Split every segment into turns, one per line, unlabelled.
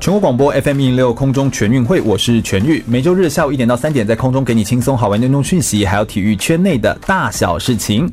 全国广播 FM 一零六空中全运会，我是全玉。每周日下午一点到三点，在空中给你轻松好玩的运动讯息，还有体育圈内的大小事情。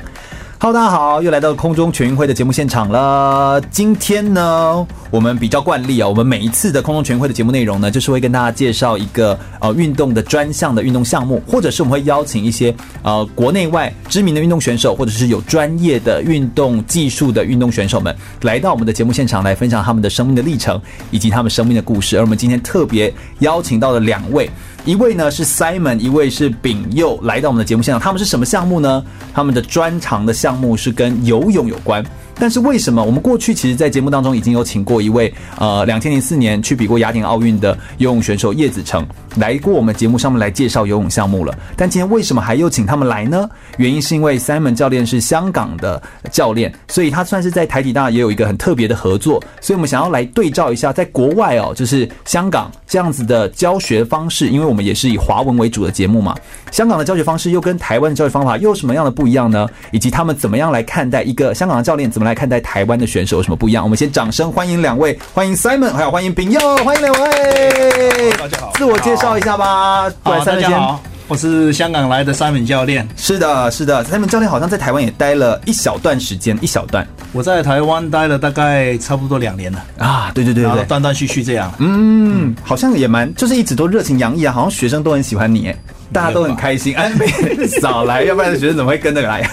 Hello，大家好，又来到空中全运会的节目现场了。今天呢，我们比较惯例啊、哦，我们每一次的空中全运会的节目内容呢，就是会跟大家介绍一个呃运动的专项的运动项目，或者是我们会邀请一些呃国内外知名的运动选手，或者是有专业的运动技术的运动选手们，来到我们的节目现场来分享他们的生命的历程以及他们生命的故事。而我们今天特别邀请到了两位。一位呢是 Simon，一位是丙佑，来到我们的节目现场。他们是什么项目呢？他们的专长的项目是跟游泳有关。但是为什么我们过去其实，在节目当中已经有请过一位呃，两千零四年去比过雅典奥运的游泳选手叶子成来过我们节目上面来介绍游泳项目了。但今天为什么还又请他们来呢？原因是因为 Simon 教练是香港的教练，所以他算是在台体大也有一个很特别的合作。所以我们想要来对照一下，在国外哦，就是香港这样子的教学方式，因为我们也是以华文为主的节目嘛，香港的教学方式又跟台湾的教学方法又有什么样的不一样呢？以及他们怎么样来看待一个香港的教练怎么来？来看待台湾的选手有什么不一样？我们先掌声欢迎两位，欢迎 Simon，还有欢迎丙佑，欢迎两位。
大家好，
自我介绍一下吧。
好，大家
先。
好，我是香港来的 Simon 教练。
是的，是的，Simon 教练好像在台湾也待了一小段时间，一小段
我在台湾待了大概差不多两年了，
啊，对对对
然后
对对，
断断续续这样。
嗯，好像也蛮，就是一直都热情洋溢啊，好像学生都很喜欢你，哎，大家都很开心，哎，没 少来，要不然学生怎么会跟着来？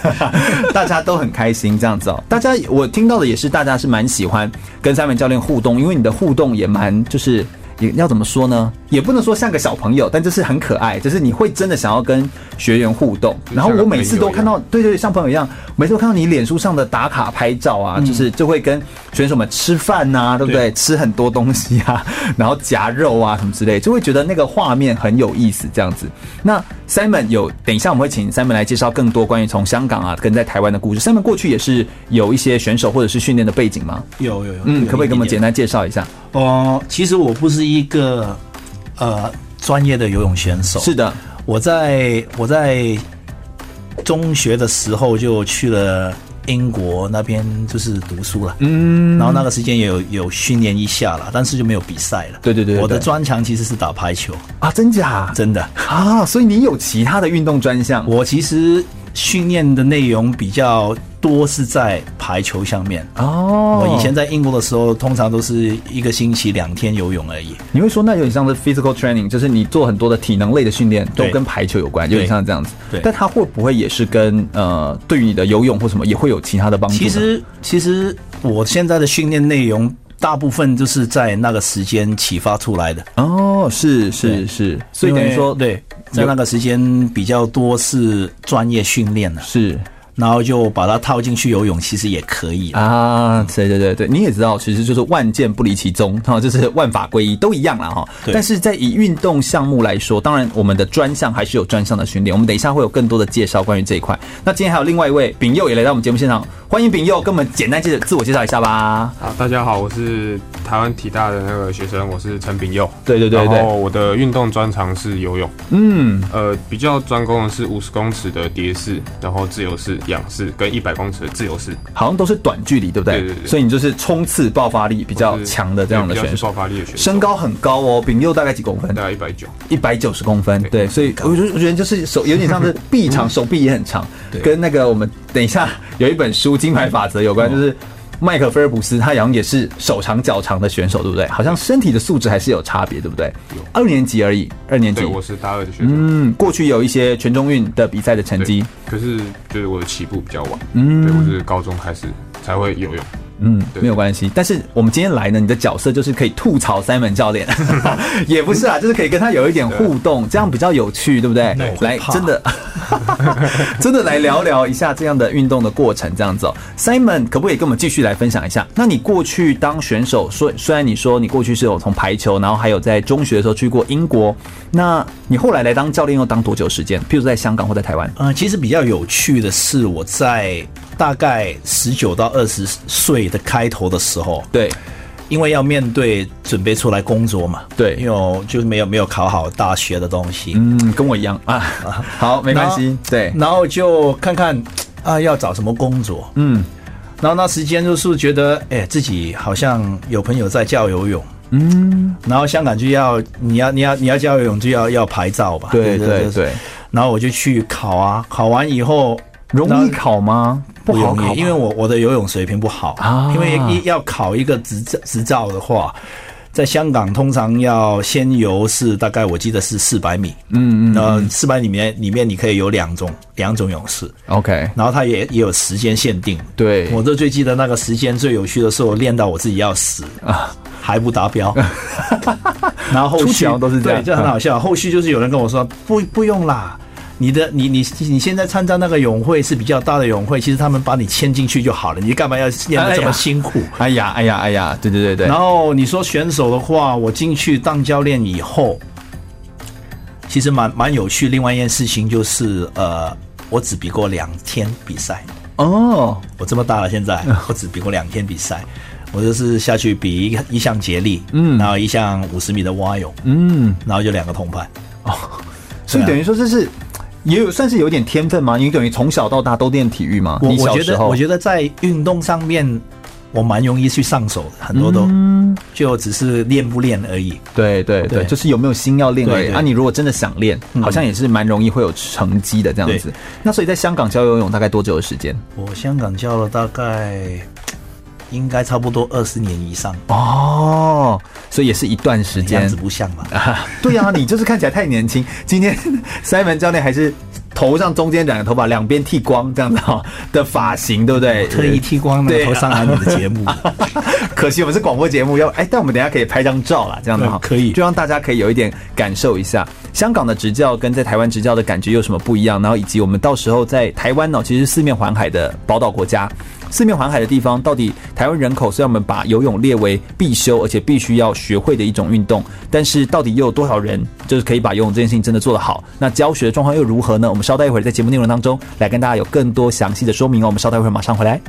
大家都很开心这样子哦。大家我听到的也是，大家是蛮喜欢跟 Simon 教练互动，因为你的互动也蛮就是。也要怎么说呢？也不能说像个小朋友，但就是很可爱，就是你会真的想要跟学员互动。然后我每次都看到，对对对，像朋友一样，每次都看到你脸书上的打卡拍照啊，就是就会跟选手们吃饭呐、对不对？吃很多东西啊， 然后夹肉啊什么之类，就会觉得那个画面很有意思，这样子。那 Simon 有，等一下我们会请 Simon 来介绍更多关于从香港啊跟在台湾的故事。Simon 过去也是有一些选手或者是训练的背景吗？
有有有，
嗯，可不可以给我们简
单？
单介绍一下？
哦，其实我不是一个呃专业的游泳选手，
是的，
我在我在中学的时候就去了英国那边就是读书了，
嗯，
然后那个时间也有有训练一下了，但是就没有比赛了。
对对对对
我的
对
专长其实是打排球，
啊，真假？
真的。
啊，所以你有其他的运动专项？
我其实训练的内容比较多是在排球上面。
哦
我以前在英国的时候，通常都是一个星期两天游泳而已。
你会说那有点像是 physical training，就是你做很多的体能类的训练都
对
跟排球有关，有点像这样子。
对
但它会不会也是跟呃对于你的游泳或什么也会有其他的帮助呢？
其实，其实我现在的训练内容大部分就是在那个时间启发出来的。
哦，是是
对
是，所以
因为
等于说
对，在那个时间比较多是专业训练了，
是
然后就把它套进去游泳，其实也可以啊。
啊，对对对对，你也知道，其实就是万剑不离其宗，哈、就是万法归一，都一样啦哈。
对
但是在以运动项目来说，当然我们的专项还是有专项的训练，我们等一下会有更多的介绍关于这一块。那今天还有另外一位丙佑也来到我们节目现场，欢迎丙佑，跟我们简单介自我介绍一下吧。
啊，大家好，我是台湾体大的那个学生，我是陈炳佑。
对对对对
然后我的运动专长是游泳，
嗯，
呃，比较专攻的是五十公尺的蝶式，然后自由式、仰式跟一百公尺的自由式，
好像都是短距离，对不对？
对对对
所以你就是冲刺爆发力比
比
较哦强的这样的选
比较是
手
爆。发力的选手，
身高很高哦，丙佑大概几公分？
大概一百九，
一百九十公分，
对
对，所以我就我觉得就是手有点像是臂长，手臂也很长，跟那个我们等一下有一本书《金牌法则》有
哦
关，就是麦克菲尔普斯，他好像也是手长脚长的选手，对不对？好像身体的素质还是有差别，对不对？二年级而已，二年级
对，，我是大二的学生。
嗯，过去有一些全中运的比赛的成
对
绩，，
可是就是我的起步比较晚，嗯，对我是高中开始才会游泳，
嗯，
对
没有关系。但是我们今天来呢，你的角色就是可以吐槽 Simon 教练， 也不是啊，就是可以跟他有一点互动，这样比较有趣，对不对？
对
来
嗯我会，怕
真的， 真的来聊聊一下这样的运动的过程，这样子哦。Simon 可不可以跟我们继续来分享一下？那你过去当选手，虽虽然你说你过去是有从排球，然后还有在中学的时候去过英国，那你后来来当教练又当多久时间？譬如在香港或在台湾？
嗯，其实比较有趣的是，我在大概十九到二十岁的开头的时候，
对，
因为要面对准备出来工作嘛，
对
因为我就是没有没有考好大学的东西，
嗯，跟我一样啊。好，没关系，对，
然后就看看啊要找什么工作，
嗯。
然后那时间就是觉得，哎、自己好像有朋友在教游泳，
嗯，
然后香港就要你要你要你要教游泳就要要牌照吧，
对对
就是
对，
然后我就去考啊，考完以后
容易考吗？不好
容
考吧，
易因为我我的游泳水平不好，
啊
因为一要考一个执照执照的话，在香港通常要先游是大概我记得是四百米，
嗯嗯
呃，四百里面里面你可以有两种两种泳式，
，OK，
然后它也也有时间限定。
对，
我都最记得那个时间最有趣的是我练到我自己要死
啊
啊，还不达 标。然后后
出
续
条都是这样啊
对，就很好笑。后续就是有人跟我说不不用啦，你的你你你现在参加那个泳会是比较大的泳会，其实他们把你签进去就好了，你干嘛要练得这么辛苦？
哎呀哎呀哎呀，对对对对，
然后你说选手的话，我进去当教练以后，其实蛮蛮有趣。另外一件事情就是，呃，我只比过两天比赛。
哦，
我这么大了，现在我只比过两天比赛，我就是下去比一个一项接力，
嗯
然后一项五十米的蛙泳，
嗯，
然后就两个铜牌。
所以
对啊
等于说这是也有算是有点天分吗？你等于从小到大都练体育吗？
我
你
我
小
觉
时
得，
候
我觉得在运动上面，我蛮容易去上手的，很多都、
嗯，
就只是练不练而已。
对对对，
对
就是有没有心要练而
对
已。
对
啊，你如果真的想练，
嗯
好像也是蛮容易会有成绩的这样子
对。
那所以在香港教游泳大概多久的时间？
我香港教了大概应该差不多二十年以上，
哦，所以也是一段时
样
间
子。不像嘛。
啊，对啊，你就是看起来太年轻。今天 Simon 教练还是头上中间染个头发，两边剃光这样子哈、哦、的发型，对不对？
特意剃光那
对
个头上来你的节 目，
可惜我们是广播节目，要哎，但我们等一下可以拍张照啦，这样子哈，
嗯可以
就让大家可以有一点感受一下香港的执教跟在台湾执教的感觉有什么不一样，然后以及我们到时候在台湾呢、其实四面环海的宝岛国家，四面环海的地方，到底台湾人口虽然我们把游泳列为必修，而且必须要学会的一种运动，但是到底又有多少人就是可以把游泳这件事情真的做得好？那教学的状况又如何呢？我们稍待一会儿在节目内容当中来跟大家有更多详细的说明哦。我们稍待一会儿马上回来。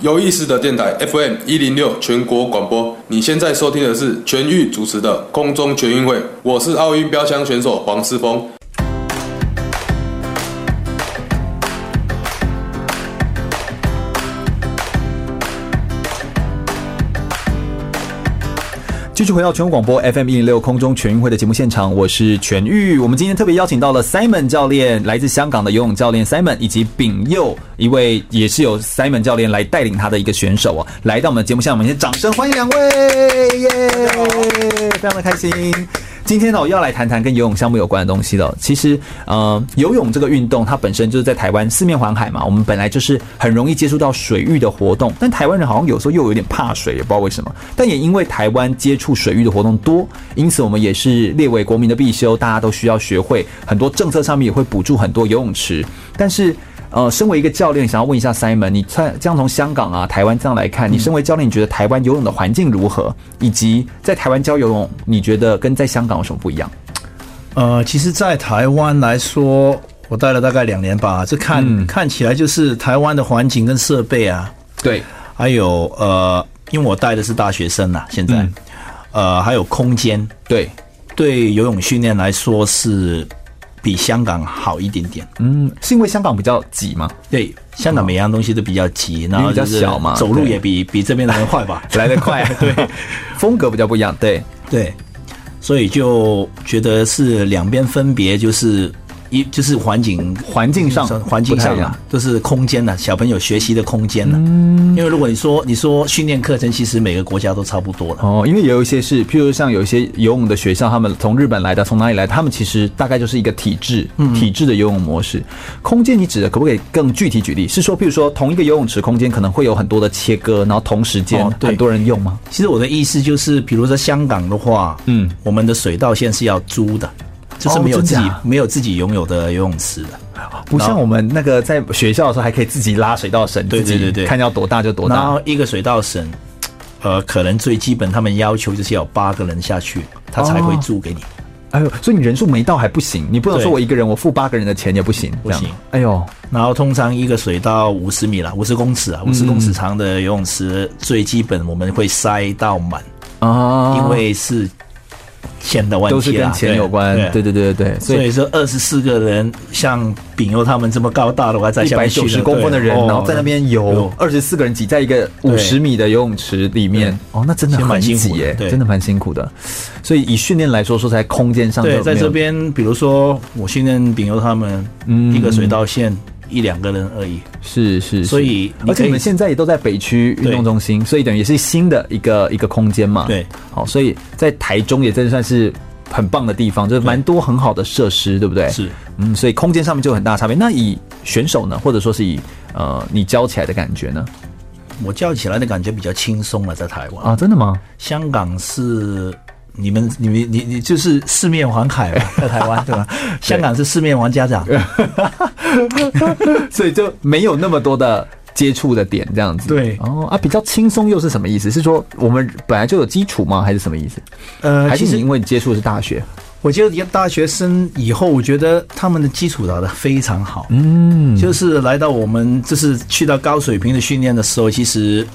有意思的电台 FM 一零六全国广播，你现在收听的是全域主持的空中全运会，我是奥运标枪选手黄世峰。
继续回到全国广播 FM 一零六空中全运会的节目现场，我是全玉。我们今天特别邀请到了 Simon 教练，来自香港的游泳教练 Simon，以及丙佑一位也是由 Simon 教练来带领他的一个选手哦，来到我们的节目现场，我们先掌声欢迎两位，耶、非常的开心。今天呢，我要来谈谈跟游泳项目有关的东西了。其实，呃，游泳这个运动，它本身就是在台湾四面环海嘛，我们本来就是很容易接触到水域的活动。但台湾人好像有时候又有点怕水，也不知道为什么。但也因为台湾接触水域的活动多，因此我们也是列为国民的必修，大家都需要学会。很多政策上面也会补助很多游泳池，但是。呃，身为一个教练，想要问一下 Simon，你看这样从香港啊、台湾这样来看，你身为教练，你觉得台湾游泳的环境如何？以及在台湾教游泳，你觉得跟在香港有什么不一样？
呃，其实，在台湾来说，我待了大概两年吧，这看、
嗯
看起来就是台湾的环境跟设备啊，
对，
还有呃，因为我带的是大学生啊，现在，
嗯
呃，还有空间，
对，
对游泳训练来说是比香港好一点点。
嗯，是因为香港比较挤吗？
对，香港每样东西都比较急，然后就是
比较小嘛
走路
对。
也比比这边的人快吧
来得快， 对，风格比较不一样，对，
对，所以就觉得是两边分别，就是一就是环境
环境上
环境
不太
上
一
啊
样，嗯
就是空间呢、啊小朋友学习的空间呢、因为如果你说你说训练课程，其实每个国家都差不多了。
哦，因为也有一些是，譬如像有一些游泳的学校，他们从日本来的，从哪里来？他们其实大概就是一个体制，体制的游泳模式。空间你指的可不可以更具体举例？是说，譬如说同一个游泳池空间可能会有很多的切割，然后同时间
哦对
很多人用吗？
其实我的意思就是，比如说香港的话，
嗯，
我们的水道线是要租的，就是
哦
没有
真
自己、
假
没有自己拥有的游泳池的。
不像我们那个在学校的时候还可以自己拉水稻绳，
对
自己
对对对
看要多大就多
然
大。
后一个水稻绳，呃，可能最基本他们要求就是要八个人下去，他才会
哦
租给你。
哎呦，所以你人数没到还不行，你不能
对
说我一个人我付八个人的钱也不行，
不行
这样。哎呦，
然后通常一个水道五十米啦，五十公尺
嗯
啊，五十公尺长的游泳池，最基本我们会塞到满，
啊，
因为是钱的问题啦
都是跟钱有关，对对对对对，所
所
以
以说，二十四个人像丙佑他们这么高大的话，在
一
下
百
面去
九十
了
公分的
对
人，
哦
然后在那边游
游，
二十四个人挤在一个五十
对
米的游泳池里面
对，
哦，那真的
其实
很
蛮辛
挤
苦的
耶，
对
真的蛮辛苦的。所以以训练来说，说在空间上就没
对，
有，
在这边，比如说我信任丙佑他们，
嗯
一个水道线一两个人而已，
是是，是
所以你
而且
可以
你们现在也都在北区运动中心，所以等于是新的一个一个空间嘛，
对，
好，所以在台中也真算是。很棒的地方，就是蛮多很好的设施，对不对？
是，
嗯，所以空间上面就有很大差别。那以选手呢，或者说是以呃你教起来的感觉呢？
我叫起来的感觉比较轻松了，在台湾
啊，真的吗？
香港是你们你们你你就是四面环 海嘛，在台湾对吧？香港是四面环家长，
呃所以就没有那么多的接触的点，这样子。
对
哦啊，比较轻松又是什么意思？是说我们本来就有基础吗？还是什么意思？
呃，
还
其
是你
实
因为接触的是大学？
我觉得大学生以后，我觉得他们的基础打得非常好，嗯，就是来到我们就是去到高水平的训练的时候，其实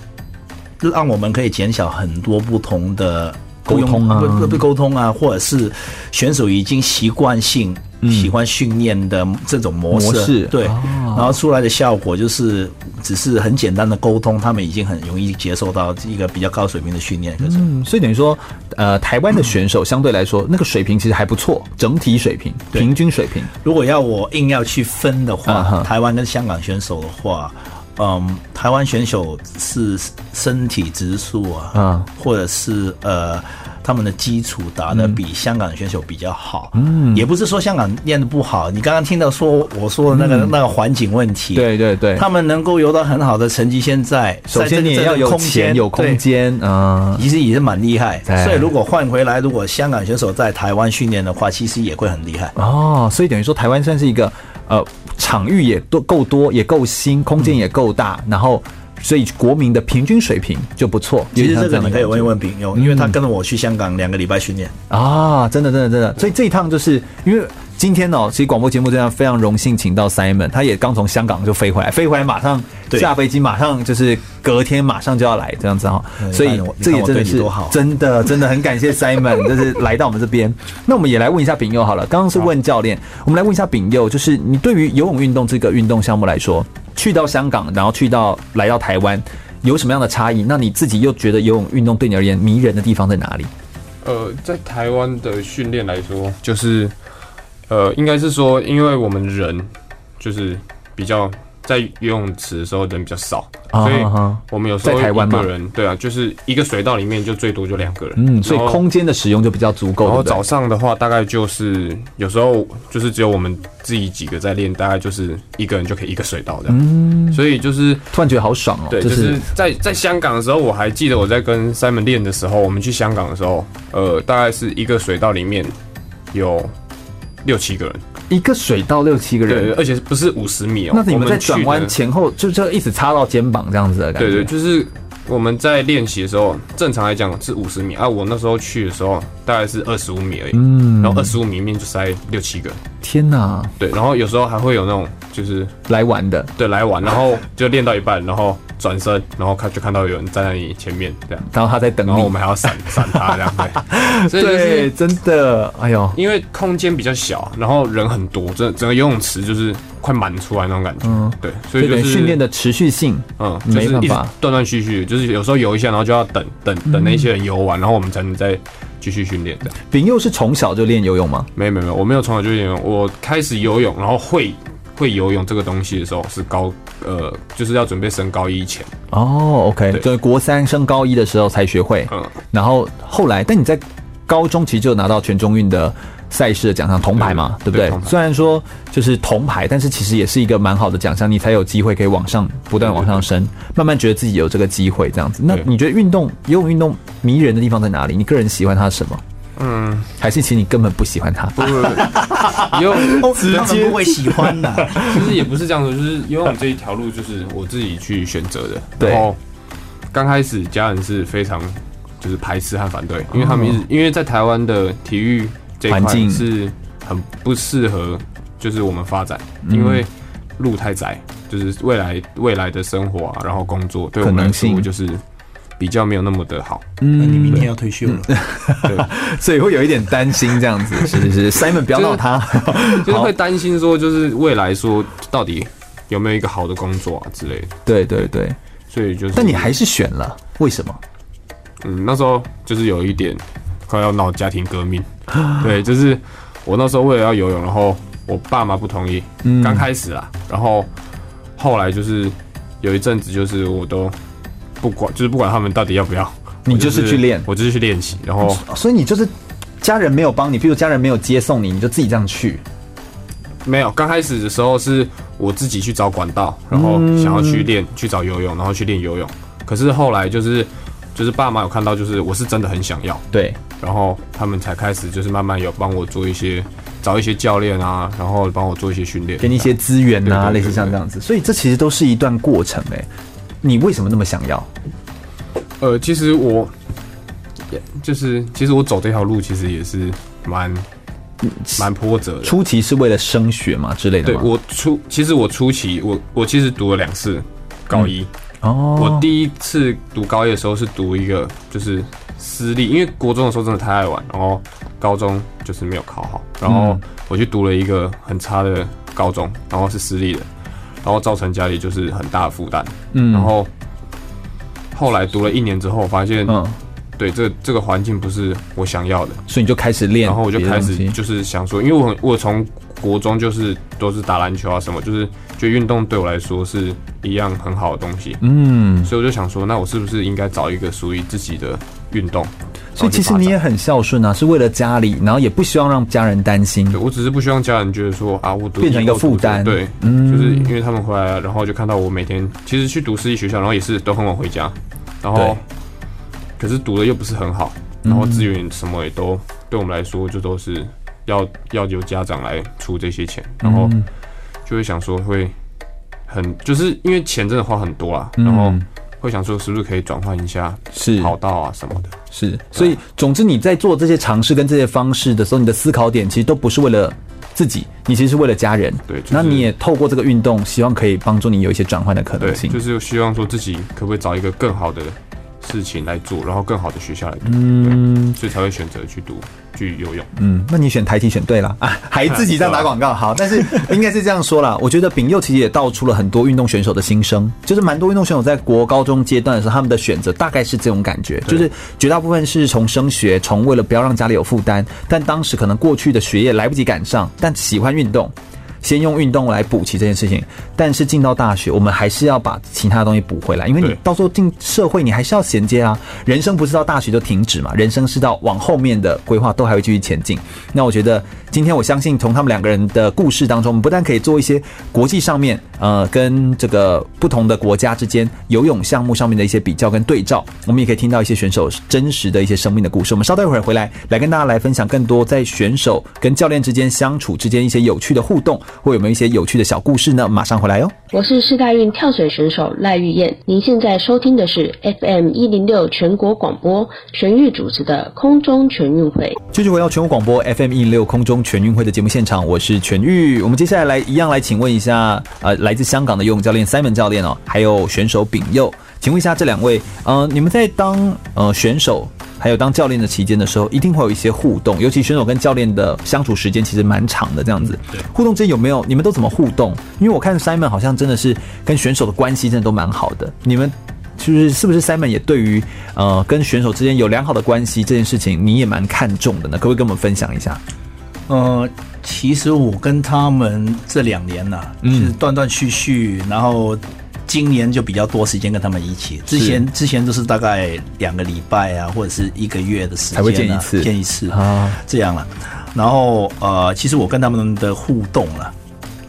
让我们可以减少很多不同的
沟通啊
不不不沟通啊，或者是选手已经习惯性。喜欢训练的这种模
嗯
式，
模式哦
对，然后出来的效果就是只是很简单的沟通，他们已经很容易接受到一个比较高水平的训练课程。
嗯，所以等于说，呃，台湾的选手相对来说，那个水平其实还不错，整体水平、
对
平均水平。
如果要我硬要去分的
啊哈
话，台湾跟香港选手的话，嗯，台湾选手是身体指数啊，
啊
或者是呃。他们的基础打得比香港选手比较好，嗯，也不是说香港练得不好。你刚刚听到说我说的那个、那个环境问
嗯
题，，
对对对，
他们能够游到很好的成绩，现在
首
在这
先你也
这
要
个
有
空
钱、
间
有
对
空间，哎嗯。
其实也是蛮厉害
对。
所以如果换回来，如果香港选手在台湾训练的话，其实也会很厉害。
哦，所以等于说台湾算是一个呃场域也都够多，也够新，空间也够大，然后所以国民的平均水平就不错。
其实这个
有点像样的
你可以问一问丙佑，因为他跟着我去香港两个礼 拜训练。
啊，真的真的真的，所以这一趟就是因为今天哦，其实广播节目这样非常荣幸请到 Simon，他也刚从香港就飞回来，飞回来马上
对
下飞机，马上就是隔天马上就要来这样子哈、
嗯
所
你
以
看我
这也
你看我
真的
对你
是
多好
真的真的很感谢 Simon，就是来到我们这边。那我们也来问一下丙佑好了，刚刚是问教练，我们来问一下丙佑，就是你对于游泳运动这个运动项目来说，去到香港，然后去到来到台湾。有什么样的差异？那你自己又觉得游泳运动对你而言迷人的地方在哪里？
呃，在台湾的训练来说，就是呃，应该是说，因为我们人就是比较在游泳池的时候人比较少，
啊
所以
哈哈
我们有时候
在台湾
一
嘛
个人对啊，就是一个水道里面就最多就两个人，
嗯，所以
然后
空间的使用就比较足够。
然后
对不对
早上的话，大概就是有时候就是只有我们自己几个在练，大概就是一个人就可以一个水道这样。
嗯
所以就是
突然觉得好爽哦，
对，
就
就是
是
在在香港的时候，我还记得我在跟 Simon 练的时候，我们去香港的时候，呃，大概是一个水道里面有六七个人，
一个水到六七个
对，
人。
而且不是五十米哦、
那你
我
们在
去的
转弯前后就就一直擦到肩膀这样子的感觉。
对对，就是我们在练习的时候，正常来讲是五十米啊，我那时候去的时候大概是二十五米而已，嗯，然后二十五米里面就塞六七个，
天哪，
对，然后有时候还会有那种就是
来玩的
对来玩，然后就练到一半，然后转身，然后看就看到有人站在你前面这样，
然后他在等
然后我
你。
们还要闪闪他这样，对， 所以就是
对，真的，哎呦，
因为空间比较小，然后人很多，整整个游泳池就是快满出来那种感觉，嗯，对，所
这
以就
点
是
训练的持续性，
嗯，就是
没办
一直
法
断断续续，就是有时候游一下，然后就要等等等那些人游完，然后我们才能再继续训练这样。
丙佑是从小就练游泳吗？
没有没有没有，我没有从小就游泳，我开始游泳，然后会会游泳这个东西的时候是高呃，就是要准备升高一 前，
哦，OK，
对
就是国三升高一的时候才学会，
嗯，
然后后来，但你在高中其实就拿到全中运的赛事的奖项铜牌嘛，对
对
不对
嗯对铜？牌
虽然说就是铜牌，但是其实也是一个蛮好的奖项，你才有机会可以往上不断往上升，慢慢觉得自己有这个机会这样子。那
嗯对
你觉得运动游泳运动迷人的地方在哪里？你个人喜欢它什么？
嗯，
还是其实你根本不喜欢它？
不不不，游泳
直接哦不会喜欢的、
其实也不是这样的，就是游泳这一条路就是我自己去选择的。
对
然后刚开始家人是非常就是排斥和反对，因为他们一直、因为在台湾的体育这一
嗯环
块
境
是很不适合，就是我们发展，
嗯
因为路太窄，就是未来未来的生活啊，然后工作对我
可
们
能
来
性
说就是比较没有那么的好。
嗯
你明天要退休了，
所以会有一点担心这 样子，是是是。Simon 不要闹他，
就是
好
会担心说，就是未来说到底有没有一个好的工作啊之类的，
对对对。
所以就是。
但你还是选了，为什么？
嗯，那时候就是有一点快要闹家庭 革命，对，就是我那时候为了要游泳，然后我爸妈不同意，
嗯
刚开始啦，然后后来就是有一阵子就是我都不管，就是不管他们到底要不要，
你
我
就是去练嗯
我就是去练习，然后
啊所以你就是家人没有帮你，譬如家人没有接送你，你就自己这样去。
没有，刚开始的时候是我自己去找管道，然后
嗯
想要去练，去找游泳，然后去练游泳，可是后来就是就是爸妈有看到，就是我是真的很想要。
对，
然后他们才开始就是慢慢有帮我做一些找一些教练啊，然后帮我做一些训练，
给你一些资源啊，
对对对
类似像这样子。所以这其实都是一段过程哎、你为什么那么想要？
呃，其实我也就是其实我走这条路其实也是蛮蛮波折的。
初期是为了升学嘛之类的
对
吗？
我初其实我初期我我其实读了两次高一，
哦，
我第一次读高一的时候是读一个就是私立，因为国中的时候真的太爱玩，然后高中就是没有考好，然后
嗯
我去读了一个很差的高中，然后是私立的，然后造成家里就是很大的负担，
嗯
然后后来读了一年之后，发现
嗯，
对这这个环境不是我想要的，
所以你就开始练，
然后我就开始
就
就是想说，因为我很我从国中就是都是打篮球啊什么，就是觉得运动对我来说是一样很好的东西，
嗯，
所以我就想说，那我是不是应该找一个属于自己的运动？
所以其实
然后去发展
你也很孝顺啊，是为了家里，然后也不希望让家人担心
对。我只是不希望家人觉得说啊，我读
变成一个
我读
负担嗯
对，就是因为他们回来了，然后就看到我每天其实去读私立学校，然后也是都很晚回家，然
对
后可是读的又不是很好，然后资源什么也都、对我们来说就都是要要由家长来出这些钱，然后
嗯
就会想说会很就是因为钱真的花很多啊，然后
嗯
会想说是不是可以转换一下
是
跑道啊什么的。
是，所以总之你在做这些尝试跟这些方式的时候，你的思考点其实都不是为了自己，你其实是为了家人。
对就是
那你也透过这个运动，希望可以帮助你有一些转换的可
对
能，性
就。是希望说自己可不可以找一个更好的事情来做，然后更好的学校来读，嗯，所以才会选择去读去游泳。
嗯，那你选台体选对 了啊，还自己这样打广告好，但是应该是这样说啦。我觉得丙佑其实也道出了很多运动选手的心声，就是蛮多运动选手在国高中阶段的时候，他们的选择大概是这种感觉，就是绝大部分是从升学，从为了不要让家里有负担，但当时可能过去的学业来不及赶上，但喜欢运动。先用运动来补齐这件事情，但是进到大学，我们还是要把其他的东西补回来，因为你
对
到时候进社会，你还是要衔接啊。人生不是到大学就停止嘛，人生是到往后面的规划都还会继续前进。那我觉得今天我相信从他们两个人的故事当中，我们不但可以做一些国际上面呃跟这个不同的国家之间游泳项目上面的一些比较跟对照，我们也可以听到一些选手真实的一些生命的故事。我们稍待一会儿回来，来跟大家来分享更多在选手跟教练之间相处之间一些有趣的互动，或有没有一些有趣的小故事呢？马上回来哦哟、
我是世大运跳水选手赖玉燕。您现在收听的是 FM 一零六全国广播全域主持的空中全运会。
继续回到全国广播 FM 一零六空中中全运会的节目现场，我是全玉。我们接下来来一样来请问一下，呃，来自香港的游泳教练 Simon 教练哦，还有选手丙佑，请问一下这两位，呃，你们在当呃选手还有当教练的期间的时候，一定会有一些互动，尤其选手跟教练的相处时间其实蛮长的，这样子。互动之间有没有？你们都怎么互动？因为我看 Simon 好像真的是跟选手的关系真的都蛮好的，你们。就是是不是 Simon 也对于呃跟选手之间有良好的关系这件事情，你也蛮看重的呢？可不可以跟我们分享一下？
呃，其实我跟他们这两年呐、
嗯
是断断续续，然后今年就比较多时间跟他们一起。之前之前都是大概两个礼拜啊，或者是一个月的时间、啊、
才会见一次
见一次
啊
啊，这样了、然后呃，其实我跟他们的互动了、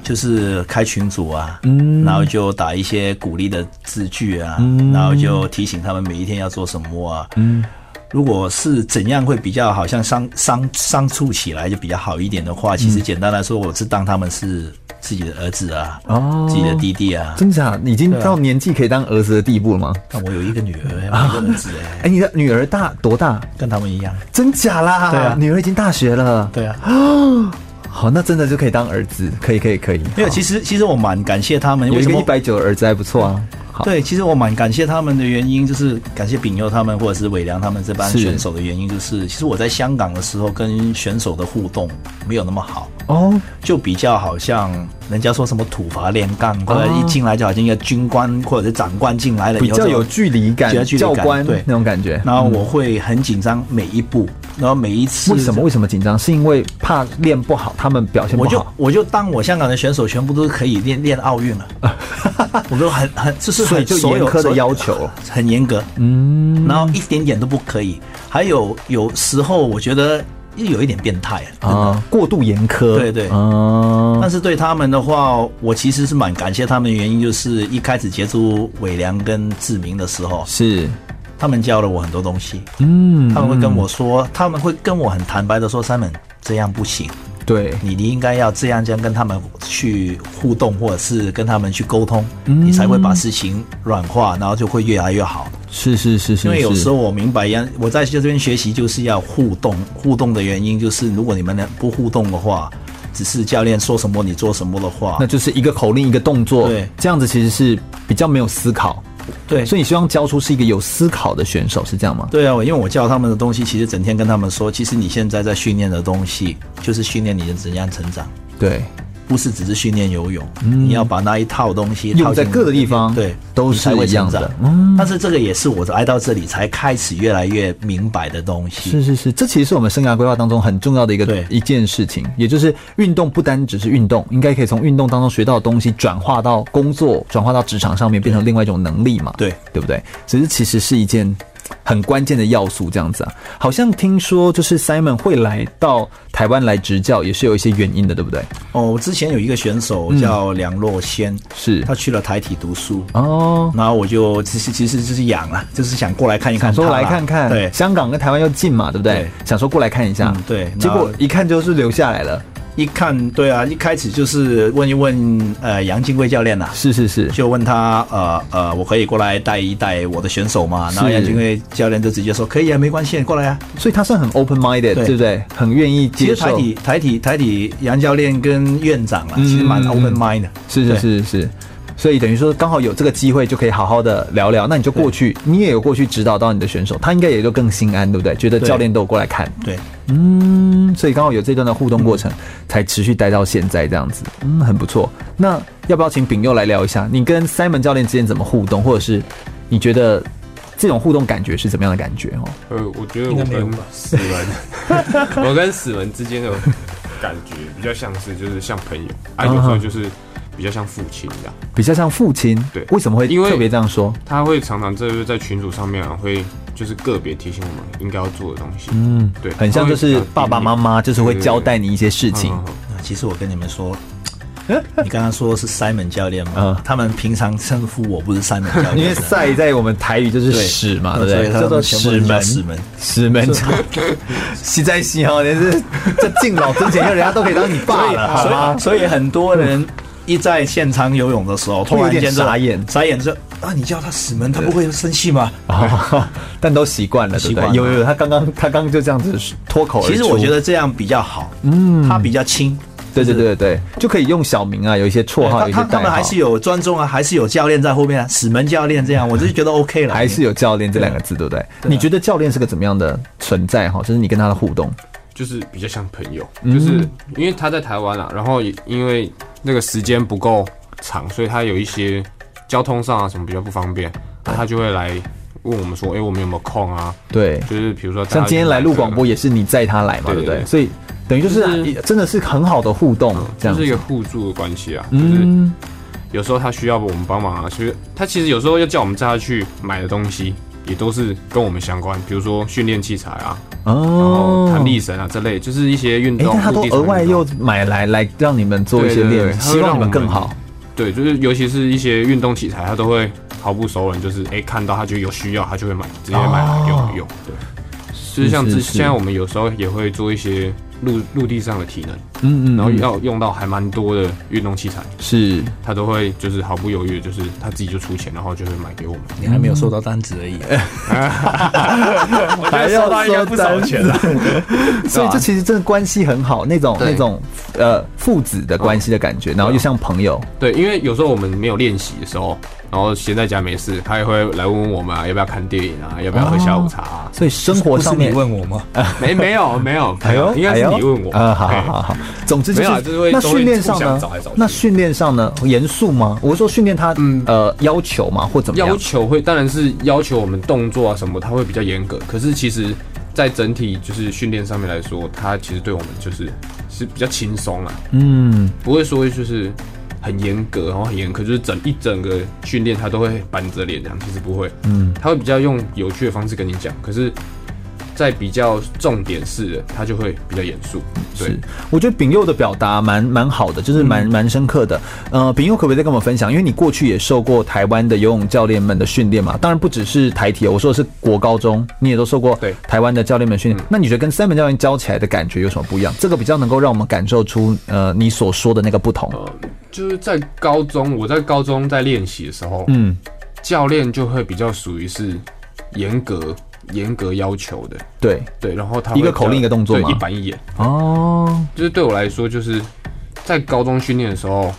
就是开群组啊，嗯，然后就打一些鼓励的字句啊，嗯，然后就提醒他们每一天要做什么啊，嗯，如果是怎样会比较好像相相相处起来就比较好一点的话，其实
嗯
简单来说，我是当他们是自己的儿子啊，
哦
自己的弟弟啊，
真假？你已经到年纪可以当儿子的地步了吗？
但我有一个女 儿，有一个儿子哎、
哎、你的女儿大多大？
跟他们一样，
真假啦？
对啊
女儿已经大学了。
对啊，
好，那真的就可以当儿子，可以，可以，可以。
没有，
好
其实其实我蛮感谢他们，
有
为
一
什
个
么
一百九的儿子还不错啊。好，
对，其实我蛮感谢他们的原因，就是感谢丙佑他们或者是伟良他们这班
是
选手的原因，就是其实我在香港的时候跟选手的互动没有那么好，
哦，
就比较好像人家说什么土法炼钢，或者一进来就好像一个军官或者是长官进来了以
哦比
后就
较有距离感
比较，距离
教
感
官
对
那种感觉。
然后我会很紧张每一步，然后每一次
为什么？为什么紧张？是因为怕练不好，他们表现不
我就
好，
我就当我香港的选手全部都是可以练练 奥运了，我都很很就是
所以
很
就
所
严
有
苛的
所有
要求。
很严格，嗯，然后一点点都不可以。还有有时候我觉得有一点变态啊，
啊，过度严苛。
对对
啊，
但是对他们的话，我其实是蛮感谢他们的原因，就是一开始接触伟良跟志明的时候，
是，
他们教了我很多东西，
嗯
他们会跟我说，他们会跟我很坦白的说，Simon 这样不行，
对，
你你应该要这样这样跟他们去互动，或者是跟他们去沟通，你才会把事情软化，然后就会越来越好。
是是是是，
因为有
是
时候我明白，一样，我在这边学习就是要互动，互动的原因就是，如果你们俩不互动的话，只是教练说什么你做什么的话
那，就是一个口令一个动作，
对
这样子其实是比较没有思考，
对
所
所
以
以
你希望教出是一个有思考的选手，是这样吗？
对啊，我因为我教他们的东西，其实整天跟他们说，其实你现在在训练的东西，就是训练你的怎样成长，
对，
不是只是训练游泳，你要把那一套东西
嗯用
套进
在各个地方
对，
都是
你才会
一样的嗯
成长但是这个也是我来到这里才开始越来越明白的东西。
是是是，这其实是我们生涯规划当中很重要的一个
对
一件事情，也就是运动不单只是运动，应该可以从运动当中学到的东西转化到工作，转化到职场上面，变成另外一种能力嘛，
对
对不对？所以这其实是一件很关键的要素，这样子啊。好像听说就是 Simon 会来到台湾来执教，也是有一些原因的，对不对？
哦，我之前有一个选
嗯
手叫梁若仙，
是
他去了台体读书，
哦，
然后我就其实其实就是养了，就是想过来看一看
想
他
说
啦，
来看看，
对，
香港跟台湾又近嘛，对不对
对？
想说过来看一下
嗯，对
结果
那
一看就是留下来了，
一看对啊，一开始就是问一问呃杨金贵教练呐、
是是是，
就问他呃呃，我可以过来带一带我的选手吗？
是
然后杨金贵教练就直接说可以啊，没关系，过来啊。
所以他算很 open minded，对
对
不对？很愿意
其
接
实台
受。
体台体台体杨教练跟院长啊，
嗯
其实蛮
嗯
open mind 的，
是是
对
是是，所以等于说刚好有这个机会就可以好好的聊聊。那你就过去，你也有过去指导到你的选手，他应该也就更心安，对不对？觉得
对
教练都有过来看，
对。
嗯，所以刚好有这段的互动过程，才持续待到现在这样子，嗯，很不错。那要不要请丙佑来聊一下，你跟 Simon 教练之间怎么互动，或者是你觉得这种互动感觉是怎么样的感觉？哦，
呃，我觉得我跟死人， 我跟死人之间的感觉比较像是就是像朋友，啊，有时
嗯
候就是比较像父亲一样。
比较像父亲，
对
为什么会
因为
特别这样说？
他会常常就是在群组上面啊，会就是个别提醒我们应该要做的东西。
嗯，
对，
很像就是爸爸妈妈就是会交代
你
你一些事
嗯
情，
那呃其实我跟你 们说，你刚刚说是 Simon 教练嘛，
嗯
他们平常称呼我不是 Simon 教练，啊
因为赛在我们台语就是
对
屎嘛，对嗯
对
不对？
所以
叫
他
做
们全部
屎
都叫
门，
屎门
屎 门长，西在西哦，你是这敬老尊前，人家都可以当你爸了，好
所
吗
以？所以很多人一在现场游泳的时候，
会
突
有
然
点
间就
傻眼
傻眼就啊，你叫他死门，他不会生气吗？
哦，但都习惯了，对不
习
对？
惯了
有有，他刚刚他刚刚就这样子脱口而出。
其实我觉得这样比较好，嗯，他比较轻。
对对对对对，就可以用小名啊，有一些绰号，有
他
一些
他
代
他
号，
们还是有专中啊，还是有教练在后面啊，死门教练这样，我就觉得 OK
嗯
了。
还是有教练这两个字，对不对？你觉得教练是个怎么样的存在哈？就是你跟他的互动，
就是比较像朋友，
嗯
就是因为他在台湾啦，啊然后也因为那个时间不够长，所以他有一些交通上啊什么比较不方便，他就会来问我们说，哎、我们有没有空啊？
对，
就是比如说大家
像今天来录广播
一
也是你载他来嘛，
对
对不对？
对
所以等于就是啊
就是
也真的是很好的互动，这
样，
样
就是一
子
个。互助的关系啊，就是有时候他需要我们帮忙啊，其实他其实有时候要叫我们带他去买的东西。也都是跟我们相关，比如说训练器材啊，然后
哦
弹。力绳啊这类，就是一些运
哎，
动。
但他都
陆地上
额外
运动
又买来来让你们做一些
对对对
练习，
他会
希望
让
你们
我们
更好。
对，就是尤其是一些运动器材，他都会毫不手软，就是哎、看到他就有需要，他就会买，直接买来给我们用。对，就是像
是
之
是
现在我们有时候也会做一些陆陆地上的体能，
嗯嗯，
然后
嗯
要用到还蛮多的运动器材，
是
他都会就是毫不犹豫，就是他自己就出钱，然后就会买给我们。
你还没
嗯
有收到单子而已，
哎还要
了。
所以这其实真的关系很好，那种
对
那种呃父子的关系的感觉，然后又像朋友，
对，因为有时候我们没有练习的时候，然后闲在家没事，他也会来问问我们、啊、要不要看电影啊，要不要喝下午茶 啊。
所以生活
不是
上
你
面。哎
问我吗？
没没有没有，没有，哎应该是你问我。
啊、好好
哎
好好，总之就
没有啊
是
就是会
那
都会
训练上
互相
呢
找来找去？嗯
那训练上呢？严肃吗？我是说训练他、呃要求嘛，或怎么
要
样？
求会当然是要求我们动作啊什么，他会比较严格。可是其实，在整体就是训练上面来说，他其实对我们就是是比较轻松啊，
嗯，
不会说就是很严格，然后很严苛，就是整一整个训练他都会板着脸这样，其实不会，嗯，他会比较用有趣的方式跟你讲。可是，在比较重点式的，他就会比较严肃，对
是。，我觉得丙佑的表达蛮蛮好的，
嗯
就是蛮蛮深刻的。呃，丙佑可不可以再跟我们分享？因为你过去也受过台湾的游泳教练们的训练嘛，当然不只是台体，我说的是国高中，你也都受过
对嗯
台湾的教练们训练。那你觉得跟三本教练教起来的感觉有什么不一样？这个比较能够让我们感受出呃你所说的那个不同。
呃，就是在高中，我在高中在练习的时候，
嗯，
教练就会比较属于是严格严格要求的，
对，
对，然后他
一个口令一个动作
对，
吗
一板一眼，
哦，
就是对我来说，就是在高中训练的时候，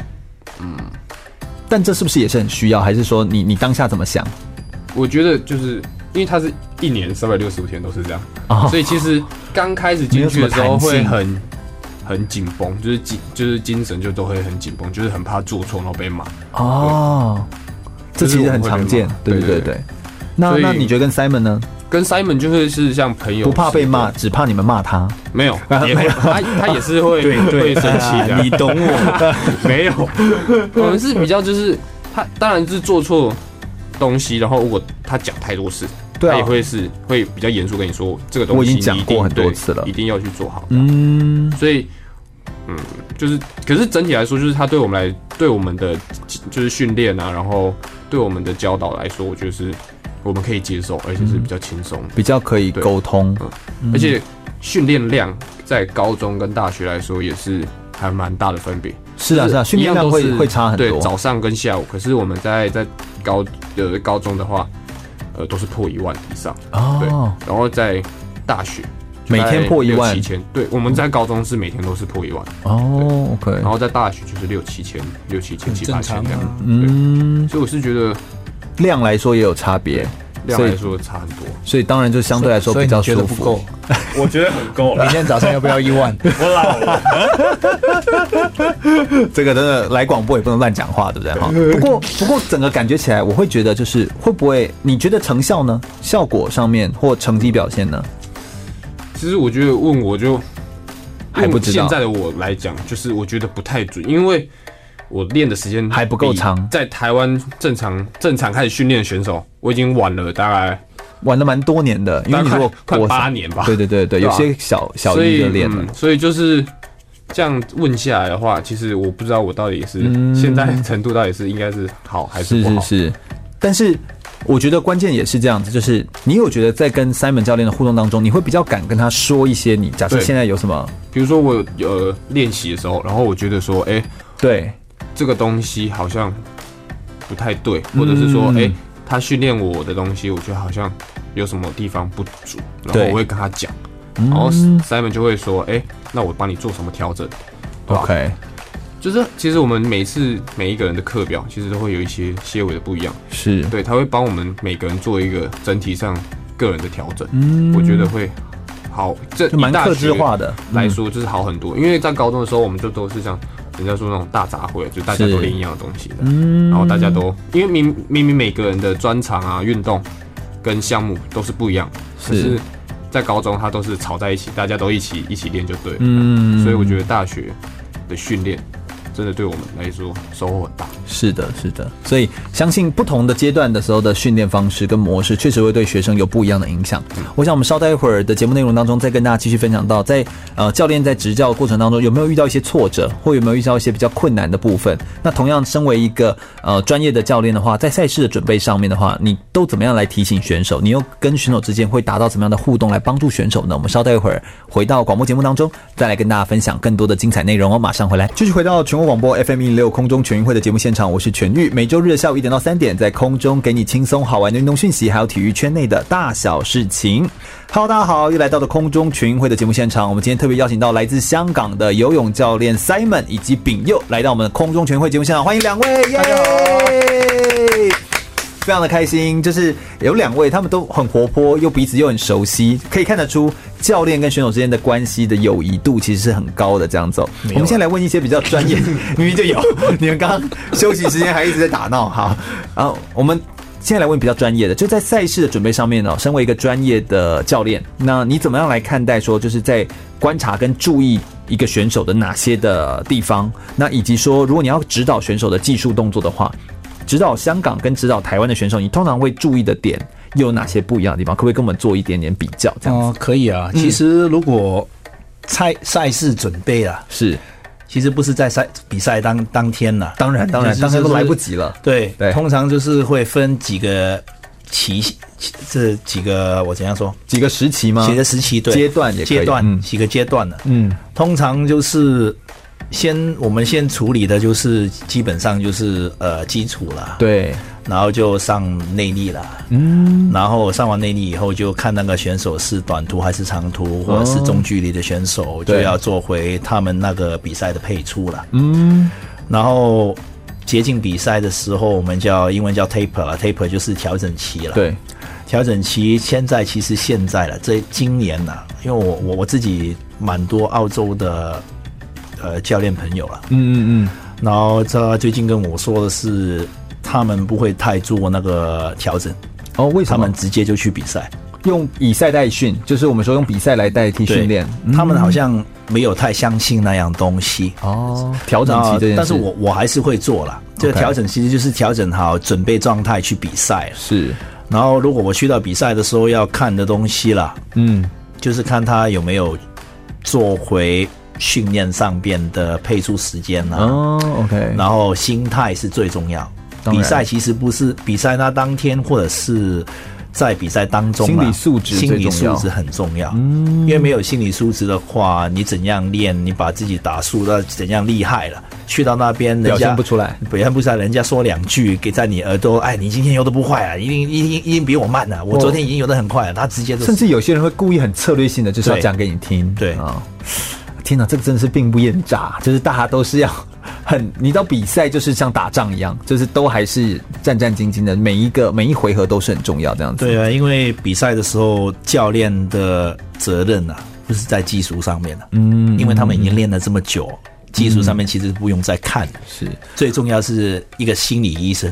但这是不是也是很需要？还是说你你当下怎么想？
我觉得就是因为他是一年三百六十五天都是这样，
哦
所以其实刚开始进去的时
没有什么弹
候会
性
很很紧绷，就是精就是精神就都会很紧绷，就是很怕做错然后被骂。
哦，这
就是
其实
我
很
们会
常
被
见
骂，
对
对
对
对
对。那
所以
那你觉得跟 Simon 呢？
跟 Simon 就会是像朋友，
不怕被骂，，只怕你们骂他。
没有，也 会他他也是会会生气
啊
的，
你懂我。
没有，我们是比较就是他当然是做错东西，然后如果他讲太多次，
对啊
他也会是会比较严肃跟你说这个东西
我已经
你一
讲
定
过很多
对
次了
一定要去做好。
嗯，
所以，嗯，就是可是整体来说，就是他对我们来对我们的就是训练啊，然后对我们的教导来说，我觉得是我们可以接受，而且
嗯
是比较轻松的。
比较可以
对
沟通。
而且训练量在高中跟大学来说也是还蛮大的分别。
是啊，是啊，训
一
练
样
量
都
会
是
会差很
对，
多。
早上跟下午，可是我们在在高呃高中的话，呃都是破一万以上，对
哦，，
然后在大学。
每天破一万
七千，对，我们在高中是每天都是破一万，
哦，OK，
然后在大学就是六七千、六七千、七八千这
很正
样
常啊。
对，
嗯，
所以我是觉得
量来说也有差别，
量
所以
来说差很多。
所以当然就相对来说比较
所以
舒
你觉得不
服
够。。
我觉得很够了
明，天早上要不要一 万？
我老了。
这个真的来广播也不能乱讲话，对不对哈？不过不过整个感觉起来，我会觉得就是会不会？你觉得成效呢？效果上面或成绩表现呢？
其实我觉得问我就
还不知道
用现在的我来讲，就是我觉得不太准，因为我练的时间
还不够
比
长
在台湾正常正常开始训练的选手，我已经晚了大概，
玩了蛮多年的，因为你
大
如
概
果
快
国三
八年吧
对对对对，
对
有
啊
些小小
所
一
以
的练了
嗯，所以就是这样问下来的话，其实我不知道我到底是、现在程度到底是应该是好还是
是
不好。
嗯是是，但是我觉得关键也是这样子，就是你有觉得在跟 Simon 教练的互动当中，你会比较敢跟他说一些你假设
对
现在有什么
比如说我有呃练习的时候，然后我觉得说，哎、
对
这个东西好像不太对，或者是说，哎、他训练我的东西，我觉得好像有什么地方不足，然后
对
我会跟他讲，然后 Simon 就会说，哎、那我帮你做什么调整，对吧
，OK，
就是其实我们每次每一个人的课表，其实都会有一些些微的不一样，
是，
对，他会帮我们每个人做一个整体上个人的调整，嗯，我觉得会好，这
就蛮
以大学
克制化的嗯
来说，就是好很多。因为在高中的时候，我们就都是像人家说那种大杂烩，就大家
是
都练一样的东西的，嗯，然后大家都因为明明明每个人的专长啊、运动跟项目都是不一样，可
是
是在高中他都是炒在一起，大家都一起一起练就对了，
嗯
所以我觉得大学的训练真的对我们来说收获很大。
是的，是的，所以相信不同的阶段的时候的训练方式跟模式，确实会对学生有不一样的影响。我想我们稍待一会儿的节目内容当中，再跟大家继续分享到，在呃教练在执教过程当中，有没有遇到一些挫折，或有没有遇到一些比较困难的部分？那同样，身为一个呃专业的教练的话，在赛事的准备上面的话，你都怎么样来提醒选手？你又跟选手之间会达到怎么样的互动来帮助选手呢？我们稍待一会儿回到广播节目当中，再来跟大家分享更多的精彩内容哦。马上回来，继续回到全国广播 FM 一零六空中全运会的节目现场，我是全玉。每周日下午一点到三点，在空中给你轻松好玩的运动讯息，还有体育圈内的大小事情。Hello，大家好，又来到了空中全运会的节目现场。我们今天特别邀请到来自香港的游泳教练 Simon 以及丙佑来到我们的空中全运会节目现场，欢迎两位，耶！非常的开心，就是有两位，他们都很活泼，又彼此又很熟悉，可以看得出教练跟选手之间的关系的友谊度其实是很高的。这样子、哦，我们先来问一些比较专业，明明就有， 你们刚刚休息时间还一直在打闹，好，然后我们。现在来问比较专业的，就在赛事的准备上面哦。身为一个专业的教练，那你怎么样来看待说，就是在观察跟注意一个选手的哪些的地方？那以及说，如果你要指导选手的技术动作的话，指导香港跟指导台湾的选手，你通常会注意的点又有哪些不一样的地方？可不可以跟我们做一点点比较？这样子、
哦，可以啊。其实如果赛赛事准备啊，
是
其实不是在赛比赛当当天啦，
当然当然，
就是
当然都
就是
来不及了。
对，
对
通常就是会分几个期，期这几个我怎样说？
几个时期吗？
几个时期对
啊阶段也可以
阶段
嗯
几个阶段的，
嗯，
通常就是先我们先处理的就是基本上就是呃基础了，，
对，
然后就上内力了，嗯，然后上完内力以后就看那个选手是短途还是长途或者是中距离的选手，就
对
要做回他们那个比赛的配出了，嗯，然后。接近比赛的时候，我们叫英文叫 taper 了，taper 就是调整期了。
对，
调整期现在其实现在了，这今年呐、因为我我我自己蛮多澳洲的呃教练朋友了，
嗯嗯嗯，
然后他最近跟我说的是，他们不会太做那个调整，
哦，为
他
什么
们直接就去比赛。
用以赛代训？就是我们说用比赛来代替
对
训练，嗯
他们好像没有太相信那样东西。
哦，调整期
那
这件事，
但是我我还是会做啦，这个
OK
调整其实就是调整好准备状态去比赛了。
是
然后如果我去到比赛的时候要看的东西啦，
嗯
就是看他有没有做回训练上边的配速时间啊，
哦，OK，
然后心态是最重要。
当然
比赛其实不是比赛那当天或者是在比赛当中啊，
心理素质最
心
重
理
要
素质很重要。嗯，因为没有心理素质的话，你怎样练，你把自己打输了，怎样厉害了，去到那边人家
表现不出来，
表现不出来，人家说两句给在你耳朵，哎，你今天游的不快啊，一定一定一定比我慢啊，我昨天已经游的很快了，他直接就
甚至有些人会故意很策略性的，就是要
对
讲给你听。
对
啊、天哪，这个真的是兵不厌诈，就是大家都是要很，你知道比赛就是像打仗一样，就是都还是战战兢兢的，每一个每一回合都是很重要这样子。
对啊，因为比赛的时候，教练的责任啊，不是在技术上面的、嗯，因为他们已经练了这么久，
嗯
技术上面其实不用再看，
是
最重要是一个心理医生，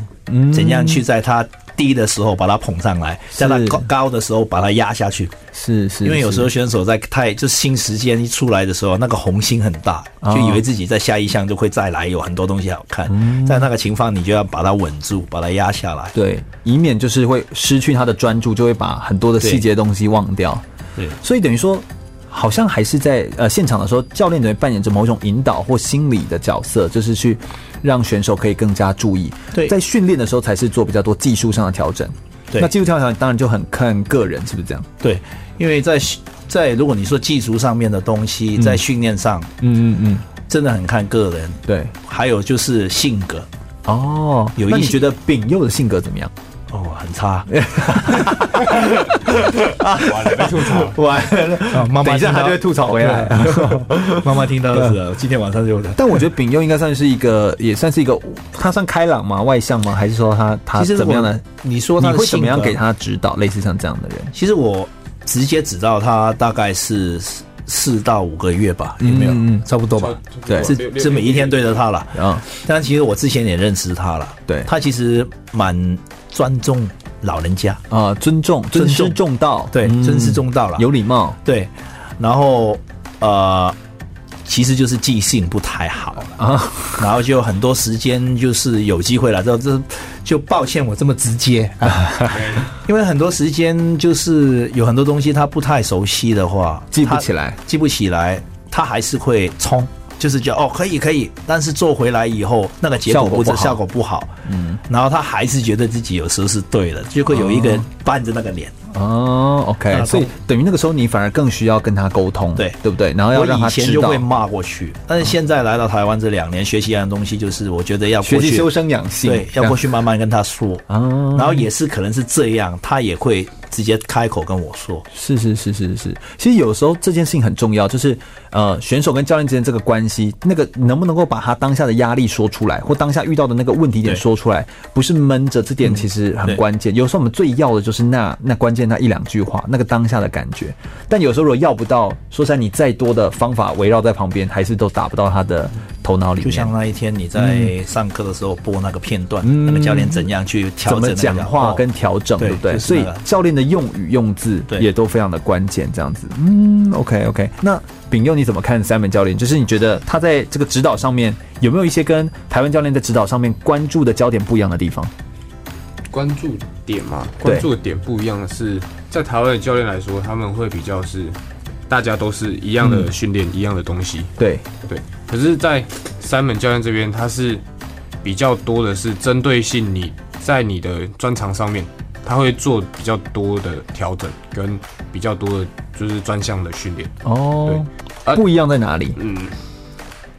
怎样去在他低的时候把他捧上来，在他
嗯是
高高的时候把他压下去，
是是，
因为有时候
是
选手在太就是新时间一出来的时候，那个红心很大，
哦
就以为自己在下一项就会再来，有很多东西好看，在那个情况你就要把他稳住，把他压下来，
嗯对，以免就是会失去他的专注，就会把很多的细节东西忘掉。
对。
所以等于说，好像还是在呃现场的时候，教练等于扮演着某种引导或心理的角色，就是去让选手可以更加注意。
对
在训练的时候才是做比较多技术上的调整。
对
那技术调整当然就很看个人是不是这样？
对，因为在训在如果你说技术上面的东西，在训练上
嗯嗯嗯，
真的很看个人，
对，
还有就是性格。
哦，
有
那
一
你
些
觉得丙佑的性格怎么样？
哦，很差。
完了被吐 槽。
完了，
妈妈
等一下
听到
他就会吐槽回来。
妈妈听到了，今天晚上就。
但我觉得丙佑应该算是一个，也算是一个，他算开朗吗？外向吗？还是说他他
其实
啊怎么样呢？
我你说他
你
的
会怎么样
性格
给他指导？类似像这样的人，
其实我直接指到他大概是四四到五个月吧，有没有？
嗯嗯
差不多吧。
对
是
六
是每一天对着他了。
啊，
但其实我之前也认识他了，
对
他其实蛮尊重老人家，
啊，尊重、尊
尊
师
重
重道，
对，
嗯
尊师重道了，
有礼貌，
对，然后呃，其实就是记性不太好了
啊
啊，然后就很多时间就是有机会了，这这就抱歉我这么直接，因为很多时间就是有很多东西他不太熟悉的话，
记不
他
起来
记不起来，他还是会冲。就是觉得哦可以可以，但是做回来以后那个结
效
果
果
不
不
是
好
效果不好，嗯，然后他还是觉得自己有时候是对的，就会有一个人板着那个脸，
哦，OK，
嗯啊
所以
懂
等于那个时候你反而更需要跟他沟通，
对
对不对？然后要
我
让他
以前
知
就
道
会骂过去，但是现在来到台湾这两年，学习一样东西，就是我觉得要
学
过
习
去
修，身养性，
对，
这
要
样
过去慢慢跟他说，
啊，
然后也是可能是这样，他也会直接开口跟我说，
是是是是是，其实有时候这件事情很重要，就是呃，选手跟教练之间这个关系，那个能不能够把他当下的压力说出来，或当下遇到的那个问题点
对
说出来，不是闷着，这点其实很
对
关键。有时候我们最要的就是那那关键那一两句话，那个当下的感觉。但有时候如果要不到，说实在，你再多的方法围绕在旁边，还是都打不到他的头脑里
就
面。
像那一天你
嗯
在上课的时候播那个片段，那个教练怎样去调
怎么
整那个哦
讲话跟调整，
对
对不对？
就是
所以
那个
教练的用语用字
对
也都非常的关键，这样子。嗯，OK OK。那丙佑你怎么看 Simon 教练？就是你觉得他在这个指导上面有没有一些跟台湾教练在指导上面关注的焦点不一样的地方？
关注点嘛，
对
关注的点不一样的是，在台湾的教练来说，他们会比较是大家都是一样的训练，一样的东西，
对，
对。可是，在三门教练这边，他是比较多的是针对性，你在你的专长上面，他会做比较多的调整，跟比较多的就是专项的训练。
哦，
啊
不一样在哪里？
嗯，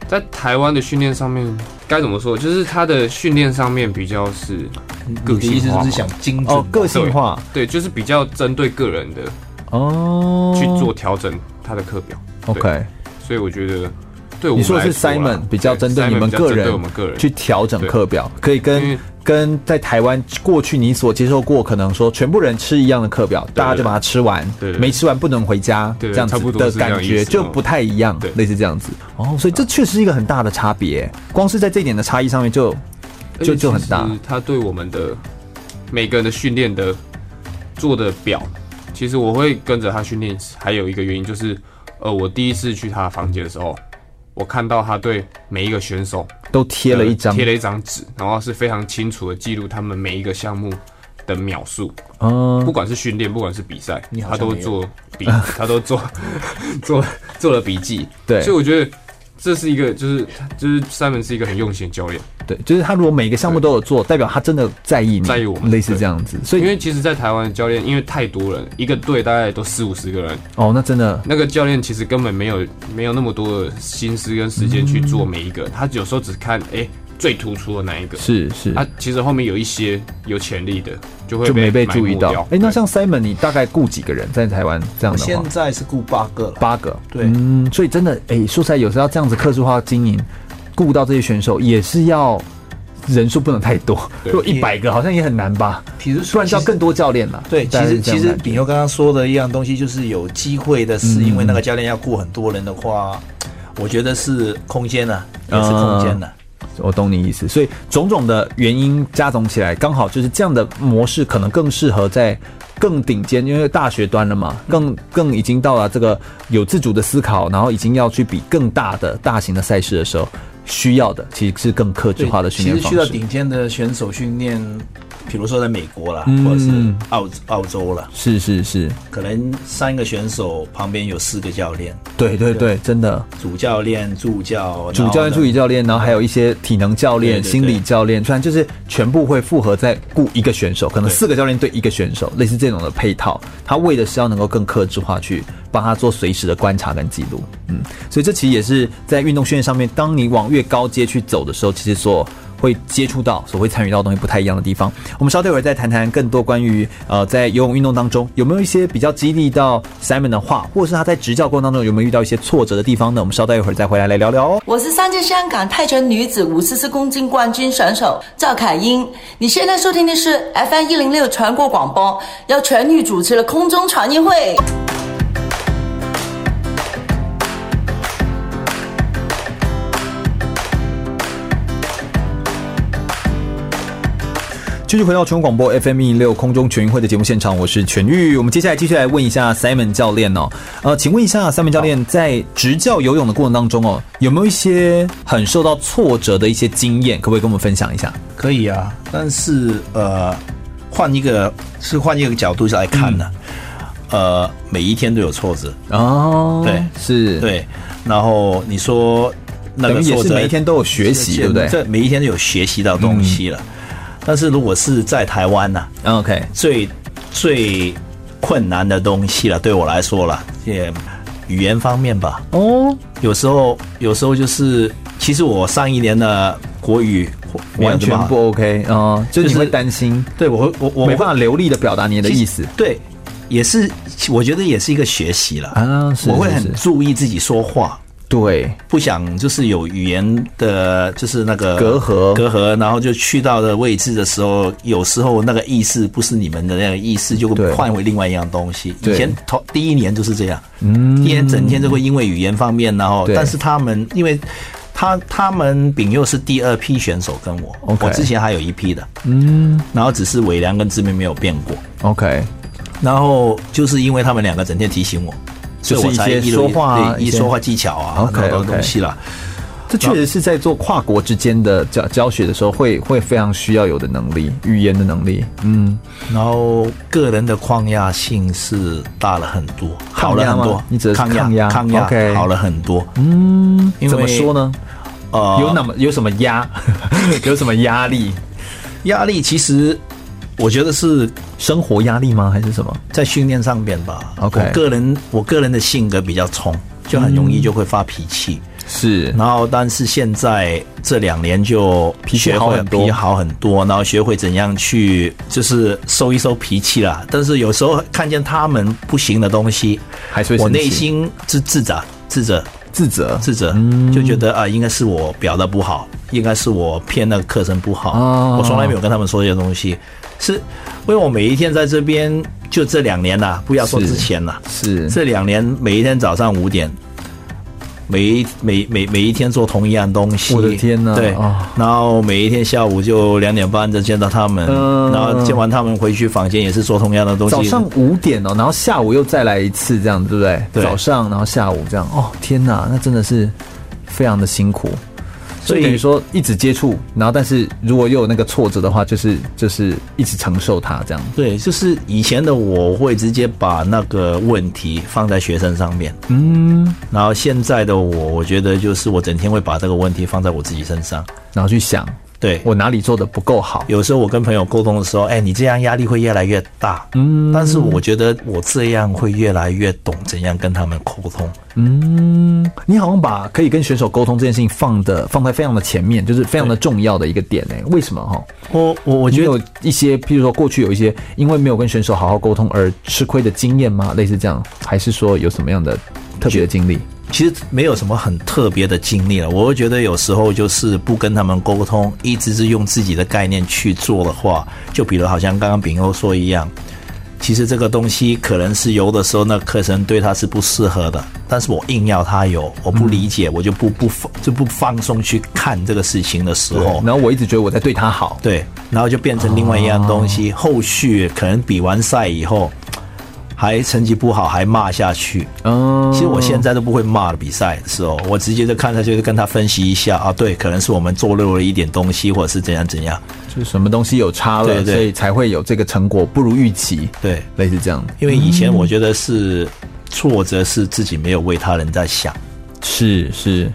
在台湾的训练上面该怎么说？就是他的训练上面比较是
你
个
的意
性
思
化
是
嘛，
想精准
哦，个性化
对，就是比较针对个人的
哦，
去做调整他的课表。对
OK。
所以我觉得对我
你
们
说的
来
是
说啦
Simon 比较
对
针对你
Simon
们
比较
个
针对
人，
我们个人
去调整
对
课表，可以
因
跟
为
跟在台湾过去你所接受过，可能说全部人吃一样的课表，大家就把它吃完
对对，对
没吃完不能回家，
对
这样
差
子
不多
的
是这样
感
意
觉
思
就
哦
不太一样
对，啊
类似这样子。哦，所以这确实是一个很大的差别，光是在这一点的差异上面就
而
就
且
就很大
其实他对我们的每个人的训练的做的表，其实我会跟着他训练。还有一个原因就是，呃，我第一次去他的房间的时候，我看到他对每一个选手
都贴了一张
呃贴，了一张纸，然后是非常清楚的记录他们每一个项目的秒数，
嗯
不管是训练，不管是比赛
你，好
他
像
都
没有
做笔，他都做 做做了笔记。
对
所以我觉得这是一个，就是就是三门是一个很用心的教练，
对，就是他如果每个项目都有做，代表他真的在意你，
在意我们
类似
对
这样子。所
因
以
为其实，在台湾的教练因为太多人，一个队大概都四五十个人，
哦，那真的
那个教练其实根本没有没有那么多的心思跟时间去做每一个，他有时候只看哎、最突出的那一个。
是是
他其实后面有一些有潜力的，就会
就没被
埋
注意
没
到
掉。
哎、那
对
像 Simon，你大概雇几个人在台湾这样
我
的话
现？在是雇八个了，
八个。
对
嗯，所以真的，哎、说实在，有时候要这样子客制化经营，雇到这些选手也是要人数不能太多，如
对
果一百个好像也很难吧？
比如
不然就要更多教练了。
对，其
大概是
实
这样
其实
感觉嗯
丙佑刚刚说的一样东西，就是有机会的是，因为那个教练要雇很多人的话，我觉得是空间呢、也是空间啊
嗯
呢、
我懂你意思，所以种种的原因加总起来，刚好就是这样的模式，可能更适合在更顶尖，因为大学端了嘛，
嗯
更更已经到了这个有自主的思考，然后已经要去比更大的大型的赛事的时候，需要的其实是更克制
对，
化的训
其
练
实
方
去到
式。
顶尖的选手训练，比如说在美国啦，
嗯
或者是澳澳洲啦，
是是是，
可能三个选手旁边有四个教练，
对对对，真的，
主教练、助教、
主教练、助理
教，
教练，然后还有一些体能教练、
对对对
心理教练，虽然就是全部会复合在雇一个选手，可能
对
四个教练对一个选手，类似这种的配套，他为的是要能够更克制化去帮他做随时的观察跟记录。嗯，所以这其实也是在运动训练上面，当你往越高阶去走的时候，其实所会接触到、所会参与到的东西不太一样的地方。我们稍待会儿再谈谈更多关于呃在游泳运动当中有没有一些比较激励到 Simon 的话，或者是他在执教过程当中有没有遇到一些挫折的地方呢？我们稍待一会儿再回来来聊聊哦。
我是三届香港泰拳女子五十四公斤冠军选手赵凯英。你现在收听的是 FM 一零六全国广播，由全女主持的空中传音会。
继续回到全国广播 FM 一六空中全运会的节目现场，我是全玉。我们接下来继续来问一下 Simon 教练哦，呃，请问一下 Simon 教练在执教游泳的过程当中哦，有没有一些很受到挫折的一些经验？可不可以跟我们分享一下？
可以啊，但是呃，换一个是换一个角度下来看呢、
嗯
呃，每一天都有挫折，
哦，
对
是，，
对，然后你说那
等
个
于也
挫
是
折，
每一天都有学习，对不嗯对
这每一天都有学习到东西了。但是如果是在台湾啊呢、
？OK，
最最困难的东西了，对我来说了，也语言方面吧。
哦，
有时候，有时候就是，其实我上一年的国语我
完全不 OK 啊、哦就
就是
你会担心，
对我会，我我
没办法
法
流利的表达你的意思。
对，也是我觉得也是一个学习了
啊是
我会
是是
很注意自己说话。
对，
不想就是有语言的，就是那个
隔阂
隔阂，然后就去到的位置的时候，有时候那个意思不是你们的那个意思，就
对
会换回另外一样东西。
对
以前头第一年就是这样，嗯，第一年整天就会因为语言方面，然后
对
但是他们因为他他们丙佑是第二批选手跟我
OK
我之前还有一批的，
嗯
然后只是尾梁跟志明没有变过，
，OK，
然后就是因为他们两个整天提醒我。所以我才
就是一些
路
说话啊
对一
一些
些说话技巧啊，
OK，
很多
OK
东西啦。
这确实是在做跨国之间的教教学的时候会会非常需要有的能力，语言的能力。嗯，
然后个人的抗压性是大了很多，好
抗
了
压吗
很多。
你指的是
抗
抗压
抗压
OK
好了很多。嗯，因为
怎么说？呢？
呃，
有那么有什么压， 有什么压力？
压力，其实我觉得是
生活压力吗？还是什么？
在训练上边吧。
OK
我个人我个人的性格比较冲，就很容易就会发脾气。
是
然后，但是现在这两年就
脾气
学
好
会
很多
脾气好很多，然后学会怎样去就是收一收脾气啦。但是有时候看见他们不行的东西，
还是会
我
生气
内心是自责、自责、
自责
自责，
嗯
就觉得啊，应该是我表达不好，应该是我骗那个课程不好。
哦
我从来没有跟他们说这些东西，是因为我每一天在这边，就这两年啦、不要说
是
之前啦、
是
这两年每一天早上五点，每一每每每一天做同一样东西，
我的天哪
对，
啊
然后每一天下午就两点半就见到他们，
嗯
然后见完他们回去房间也是做同样的东西，
早上五点哦，然后下午又再来一次，这样子对不对？
对
早上然后下午这样，哦天哪，那真的是非常的辛苦。所
所以
以等于说一直接触，然后但是如果又有那个挫折的话，就是就是一直承受它这样。
对，就是以前的我会直接把那个问题放在学生上面，嗯，然后现在的我，我觉得就是我整天会把这个问题放在我自己身上。
然后去想
对，
我哪里做的不够好。
有时候我跟朋友沟通的时候，哎，你这样压力会越来越大，嗯，但是我觉得我这样会越来越懂怎样跟他们沟通。
嗯，你好像把可以跟选手沟通这件事情放的放在非常的前面，就是非常的重要的一个点呢、为什么哈？
我我我
我觉
觉
得
得
有一些，譬如说过去有一些因为没有跟选手好好沟通而吃亏的经验吗？类似这样，还是说有什么样的特别的经历？
其实没有什么很特别的经历了，我会觉得有时候就是不跟他们沟通，一直是用自己的概念去做的话，就比如好像刚刚炳欧说一样，其实这个东西可能是有的时候那课程对他是不适合的，但是我硬要他有，我不理解，我就不不就不放松去看这个事情的时候
然，后我一直觉得我在对他好，
对，然后就变成另外一样东西。后续可能比完赛以后，还成绩不好，还骂下去。
嗯，
其实我现在都不会骂了，比赛的时候，我直接就看他，就是跟他分析一下啊，对，可能是我们做漏了一点东西，或者是怎样怎样。
就是什么东西有差了，
对对
所以才会有这个成果不如预期，
对，
类似这样。
因为以前我觉得是挫折，是自己没有为他人在想，
是是，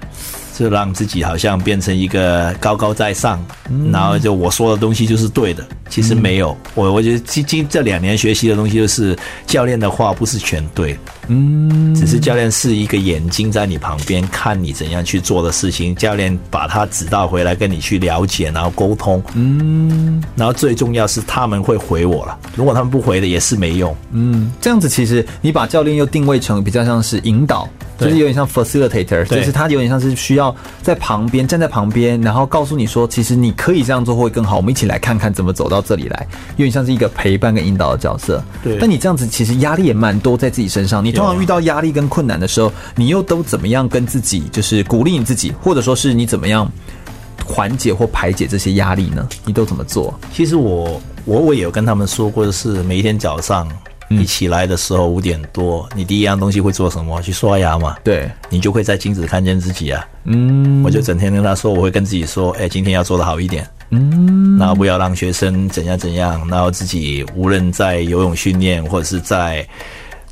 是让自己好像变成一个高高在上，然后就我说的东西就是对的，其嗯实没有。我我觉得今今这两年学习的东西就是教练的话不是全对，嗯，只是教练是一个眼睛在你旁边看你怎样去做的事情，教练把他指导回来，跟你去了解，然后沟通，嗯，然后最重要是他们会回我了，如果他们不回的也是没用，
这样子其实你把教练又定位成比较像是引导，就
对
是有点像 facilitator，
对
就是他有点像是需要在旁边站在旁边，然后告诉你说，其实你可以这样做会更好，我们一起来看看怎么走到这里来，有点像是一个陪伴跟引导的角色。
对
但你这样子其实压力也蛮多在自己身上，你通常遇到压力跟困难的时候，你又都怎么样跟自己就是鼓励你自己，或者说是你怎么样？缓解或排解这些压力呢？你都怎么做？
其实我我我也有跟他们说过，就是每一天早上你起来的时候五点多，你第一样东西会做什么？去刷牙嘛。
对，
你就会在镜子看见自己啊。嗯，我就整天跟他说，我会跟自己说，哎，今天要做得好一点。嗯，然后不要让学生怎样怎样，然后自己无论在游泳训练或者是在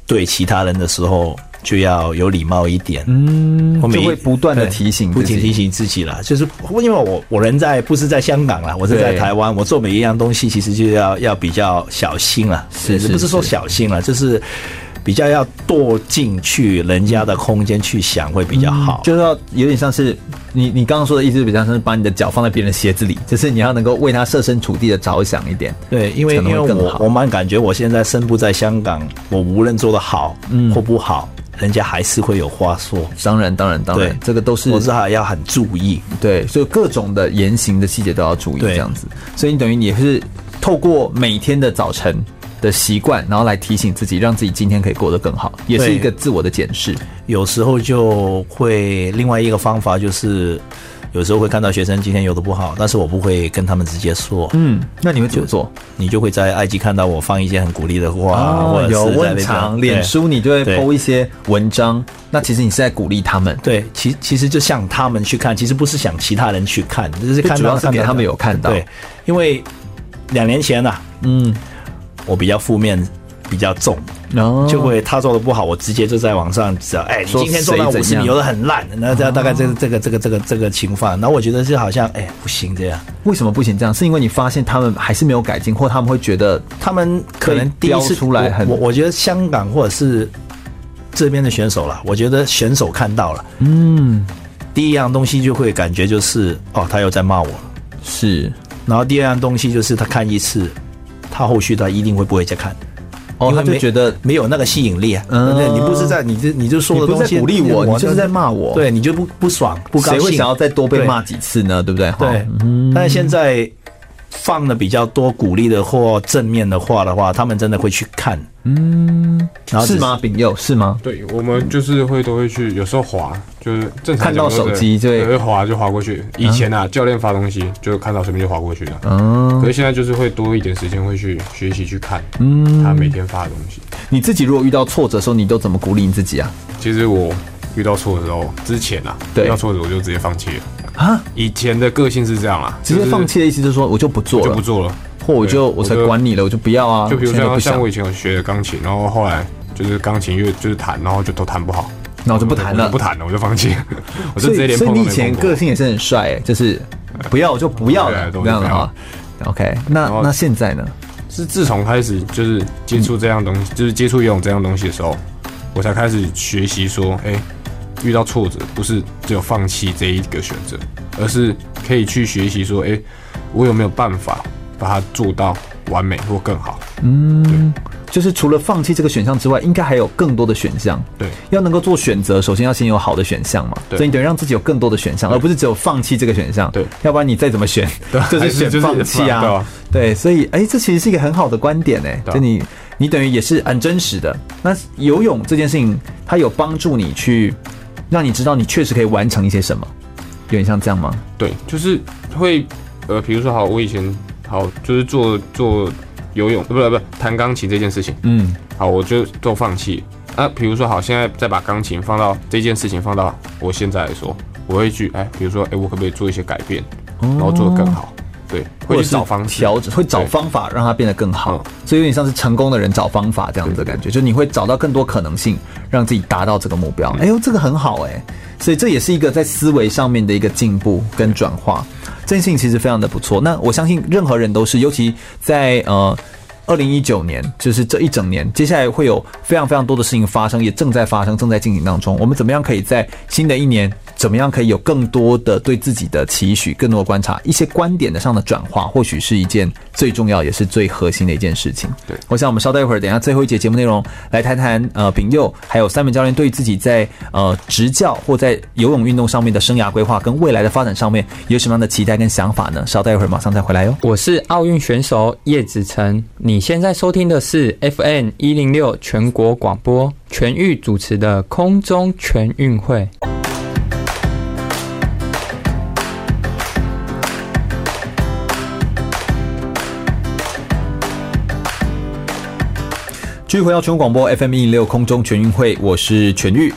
对其他人的时候，就要有礼貌一点。嗯，我每一
就会不断地提醒
不
自己
停提醒自己啦。就是因为我我人在不是在香港啦，我是在
对
台湾，我做每一样东西其实就要要比较小心啦。
是是
不是说
是
小心啦，就是。比较要跺进去人家的空间去想会比较好，
嗯就是要有点像是你你刚刚说的意思，比较像是把你的脚放在别人的鞋子里，就是你要能够为他设身处地的着想一点。
对，因为
才
因
能
为
会更
我
好
我蛮感觉我现在身不在香港，我无论做得好
嗯
或不好，人家还是会有话说。
当然，当然，当然
对，
这个都是
我知道要很注意，
对，所以各种的言行的细节都要注意，
对
这样子。所以你等于你是透过每天的早晨的习惯，然后来提醒自己，让自己今天可以过得更好，也是
对
一个自我的检视。
有时候就会另外一个方法就是，有时候会看到学生今天游的不好，但是我不会跟他们直接说，
嗯，那你会怎么做？
你就会在 IG 看到我放一些很鼓励啊的话，或者是
哦有
在那
问
边
长
对
脸书，你就会
对
PO 一些文章，那其实你是在鼓励他们。
对，其其实就向他们去看，其实不是想其他人去看，就是看到
就主要是给
到
他们有看到
对，因为两年前呐、啊
嗯，
我比较负面比较重，
然后
就会他做的不好，我直接就在网上只要哎，
嗯
你
说
今天做到
谁
五
怎
十
样
米游的很烂，那这样大概这个这个这个这个这个情况，然后我觉得就好像哎不行这样，
为什么不行这样？是因为你发现他们还是没有改进，或他们会觉得
他们可能第一
标
次
出来很
我我我觉得香港或者是这边的选手啦，我觉得选手看到了，嗯，第一样东西就会感觉就是哦，他又在骂我了。
是
然后第二样东西就是他看一次，他后续他一定会不会再看，
哦，
因
他
为
就
没
觉得
没有那个吸引力啊。
嗯
对不对？你不是在你这你就说
你
的
不
东
是在
西
鼓励我，
那
你就是在骂我，，
对，你就不不爽不高
谁
兴，
会想要再嗯多被骂几次呢？对不对？
对？
哈
对，但是现在放的比较多鼓励的或正面的话的话，他们真的会去看，嗯，然后只
是吗？？丙佑是吗？
对，我们就是会都会去，有时候滑，就是正常
看到
讲
手机就会
对会滑就滑过去。以前啊，教练发东西就看到随便就滑过去了。
嗯，
可是现在就是会多一点时间会去学习去看，嗯，他每天发的东西。
你自己如果遇到挫折的时候，你都怎么鼓励你自己啊？
其实我遇到挫折的时候，之前啊，
对
遇到挫折我就直接放弃了。
啊，
以前的个性是这样啊，
直接
就是
放弃的意思就是说，我就不做
就
了
不，做了。
或我就
对
我才
我就
管你了，我就不要啊。
就比如
现在
像
不
像
想
我以，前有学钢琴，然后后来就是钢琴乐就是弹，然后就都弹不好，
那哦我就不谈
我
了
就不。弹了，我就放弃了， 我就
所
直接
以
连
所
碰
以
都
你
没
以前
碰过
个。性也是很帅，就是不要我就不要了
对对对
这样的哈。OK，那
然后
那现在呢？
是自从开始就是接触这样东西，就是接触游泳这样东西的时候，我才开始学习说，哎、遇到挫折不是只有放弃这一个选择，而是可以去学习说，哎、我有没有办法把它做到完美或更好？
就是除了放弃这个选项之外，应该还有更多的选项。
对，
要能够做选择，首先要先有好的选项嘛。
对
所以你得让自己有更多的选项，而不是只有放弃这个选项。
对
要不然你再怎么选， 就
还
是
是
选
就是
放弃啊。
对啊
对所以哎、这其实是一个很好的观点哎、
对啊
就你你等于也是很真实的。那游泳这件事情，它有帮助你去让你知道你确实可以完成一些什么，有点像这样吗？
对，就是会呃，比如说好，我以前好就是做做游泳，不不不，弹钢琴这件事情，
嗯，
好，我就都放弃。啊，比如说好，现在再把钢琴放到这件事情放到我现在来说，我会去哎，比如说哎，我可不可以做一些改变，然后做得更好？对，
哦或
会
者
去
是
找方式
调整，会找
对
方法让它变得更好
嗯。
所以有点像是成功的人找方法这样子的感觉，就你会找到更多可能性，让自己达到这个目标。
嗯
哎呦，这个很好哎、所以这也是一个在思维上面的一个进步跟转化，这件事情其实非常的不错。那我相信任何人都是，尤其在呃。二零一九年，就是这一整年，接下来会有非常非常多的事情发生，也正在发生，正在进行当中。我们怎么样可以在新的一年，怎么样可以有更多的对自己的期许，更多的观察，一些观点的上的转化，或许是一件最重要也是最核心的一件事情。
对
我想我们稍待一会儿，等一下最后一节节目内容来谈谈呃丙佑还有三本教练对于自己在呃执教或在游泳运动上面的生涯规划跟未来的发展上面有什么样的期待跟想法呢？稍待一会儿，马上再回来哟。
我是奥运选手叶子成，你现在收听的是 FN 一零六全国广播全域主持的空中全运会。
继续回到全国广播 FM 一零六空中全运会，我是全玉。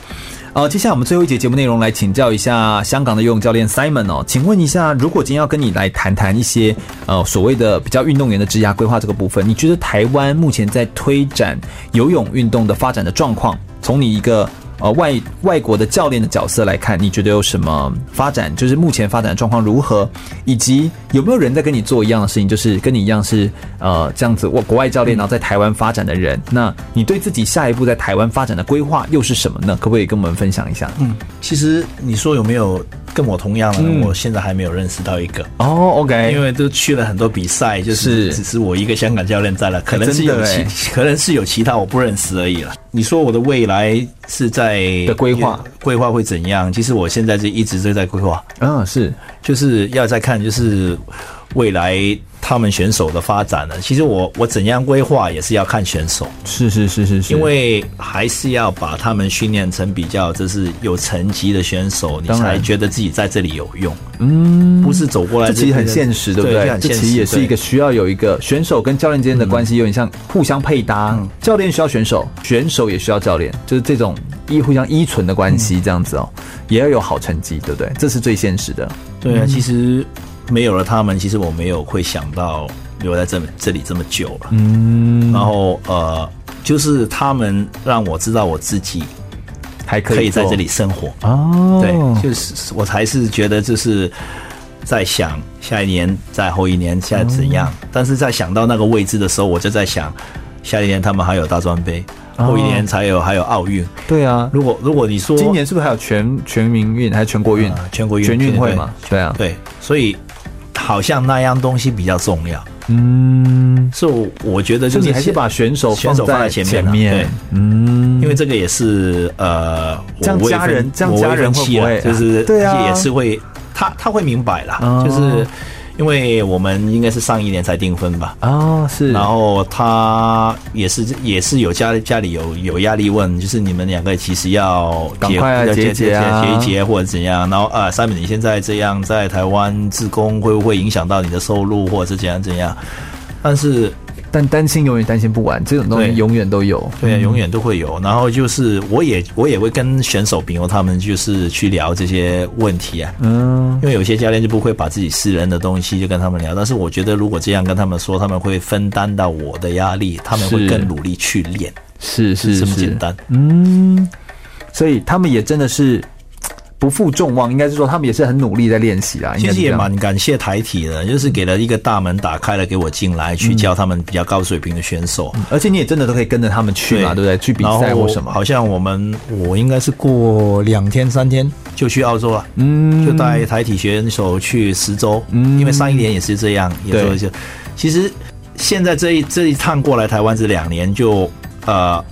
呃，接下来我们最后一节节目内容来请教一下香港的游泳教练 Simon 哦，请问一下，如果今天要跟你来谈谈一些呃所谓的比较运动员的职涯规划这个部分，你觉得台湾目前在推展游泳运动的发展的状况，从你一个呃外外国的教练的角色来看，你觉得有什么发展？就是目前发展的状况如何，以及有没有人在跟你做一样的事情，就是跟你一样是呃这样子，我国外教练然后在台湾发展的人，那你对自己下一步在台湾发展的规划又是什么呢？可不可以跟我们分享一下？嗯，
其实你说有没有跟我同样的？我现在还没有认识到一个。
哦，OK，
因为都去了很多比赛，就是
是哎
只是我一个香港教练在了，可能是
真的哎
有其可能是有其他我不认识而已了。你说我的未来是在
的规划，
规划会怎样？其实我现在就一直都在规划，
嗯，是
就是要再看就是未来他们选手的发展了。其实我我怎样规划也是要看选手，
是是是是是，
因为还是要把他们训练成比较就是有成绩的选手，你
当然
才觉得自己在这里有用。嗯，不是走过来
这
就
其实很
变成
现实，对不对？嗯
很
这
现
其
实
实也是
对
一个需要有一个选手跟教练之间的关系，有点像互相配搭，教练需要选手，选手也需要教练，就是这种依互相依存的关系，这样子哦，也要有好成绩，对不对？这是最现实的。
对啊，其实没有了他们，其实我没有会想到留在这这里这么久了。嗯，然后呃，就是他们让我知道我自己
还
可
可
以
以
在
做
这里生活。
哦，
对，就是我才是觉得就是在想下一年、在后一年、下怎
哦
样。但是在想到那个位置的时候，我就在想，下一年他们还有大专杯，后一年才有还有奥运。
对啊。
如果如果你说
今年是不是还有全全民运还是全国运
啊？全国运
全运会嘛？对啊，
对，所以好像那样东西比较重要。
嗯，
所以我我觉得就
就是你还是
现
把选手
选手放在前面
前
啊
面嗯
对，因为这个也是呃，我
这样
未
家
分
人这样
我
家
未
人
分
会
析
不
了
会
就是
对啊
也是会他他会明白啦，
哦
就是因为我们应该是上一年才订婚吧。
哦，是，
然后他也是也是有家家里有有压力问，就是你们两个其实要
赶
结
快啊
要
结一
结
结啊
结一结或者怎样。然后啊，三本你现在这样在台湾自工会不会影响到你的收入或者是怎样怎样？但是
但担心永远担心不完，这种东西
对
永远都有。
对啊，永远都会有。
嗯
然后就是，我也我也会跟选手朋友他们就是去聊这些问题啊，
嗯，
因为有些教练就不会把自己私人的东西就跟他们聊。但是我觉得如果这样跟他们说，他们会分担到我的压力，他们
是
会更努力去练，
是是
这
是
么简单。
嗯，所以他们也真的是不负众望，应该是说他们也是很努力在练习啊啦。应
其
该是
实也
这样
蛮感谢台体的，就是给了一个大门打开了给我进来，去教他们比较高水平的选手。
而且你也真的都可以跟着他们去嘛，对不对？嗯去比赛
然后
或什么？
好像我们我应该是过两天三天就去澳洲了，嗯，就带台体选手去十周，嗯，因为上一年也是这样，也
对
说就，其实现在这一这一趟过来台湾这两年就呃，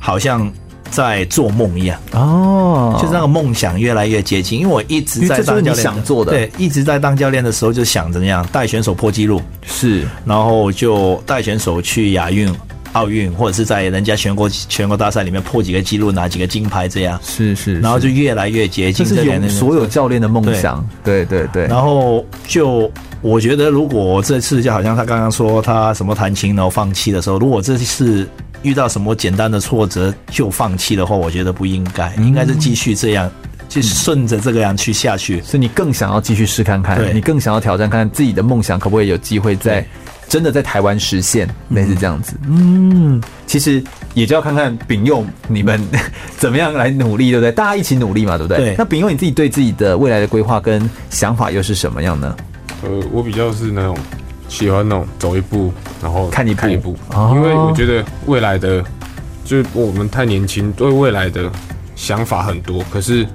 好像在做梦一样，
哦，
就是那个梦想越来越接近，因为我一直
因为
在
这就是
当
你
教练
想做的
对，一直在当教练的时候就想着那样带选手破纪录，
是
然后就带选手去亚运、奥运，或者是在人家全国全国大赛里面破几个纪录、拿几个金牌这样，
是是，
然后就是越来越接
这
近
是
两
有
年
所有教练的梦想，对对对。
然后就我觉得，如果这次就好像他刚刚说他什么弹琴然后放弃的时候，如果这次遇到什么简单的挫折就放弃的话，我觉得不应该，应该是继续这样，就是顺着这个样去下去。
所以你更想要继续试看看，
对
你更想要挑战看看自己的梦想可不可以有机会在
对
真的在台湾实现，类似这样子。嗯，其实也就要看看丙佑你们 怎么样来努力，对不对？大家一起努力嘛，对不对？
对
那丙佑你自己对自己的未来的规划跟想法又是什么样呢？
呃，我比较是那种喜欢那种走一步，然后
看一步
看一步，
哦
因为我觉得未来的，就是我们太年轻，对未来的想法很多，可是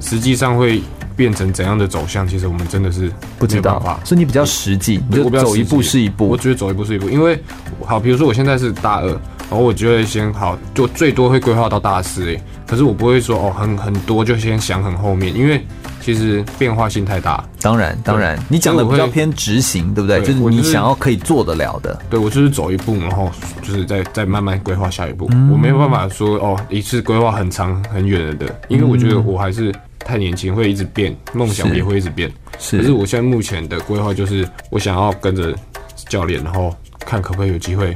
实际上会变成怎样的走向，其实我们真的是
不知
没有办
道
法，
所以你比较实际，你
对
就
我比较
走一步
实际
是一步
我。觉得走一步是一步，因为好，比如说我现在是大二，然后我觉得先好，就最多会规划到大四诶，可是我不会说哦很很多就先想很后面，因为其实变化性太大。
当然，当然，你讲的比较偏执行，对不对？
对
就是
我
你
就是
想要可以做得了的。
对我就是走一步，然后就是再再慢慢规划下一步。
嗯
我没有办法说哦一次规划很长很远的，因为我觉得我还是太年轻，会一直变，梦想
嗯是
也会一直变。
是
可是我现在目前的规划就是，我想要跟着教练，然后看可不可以有机会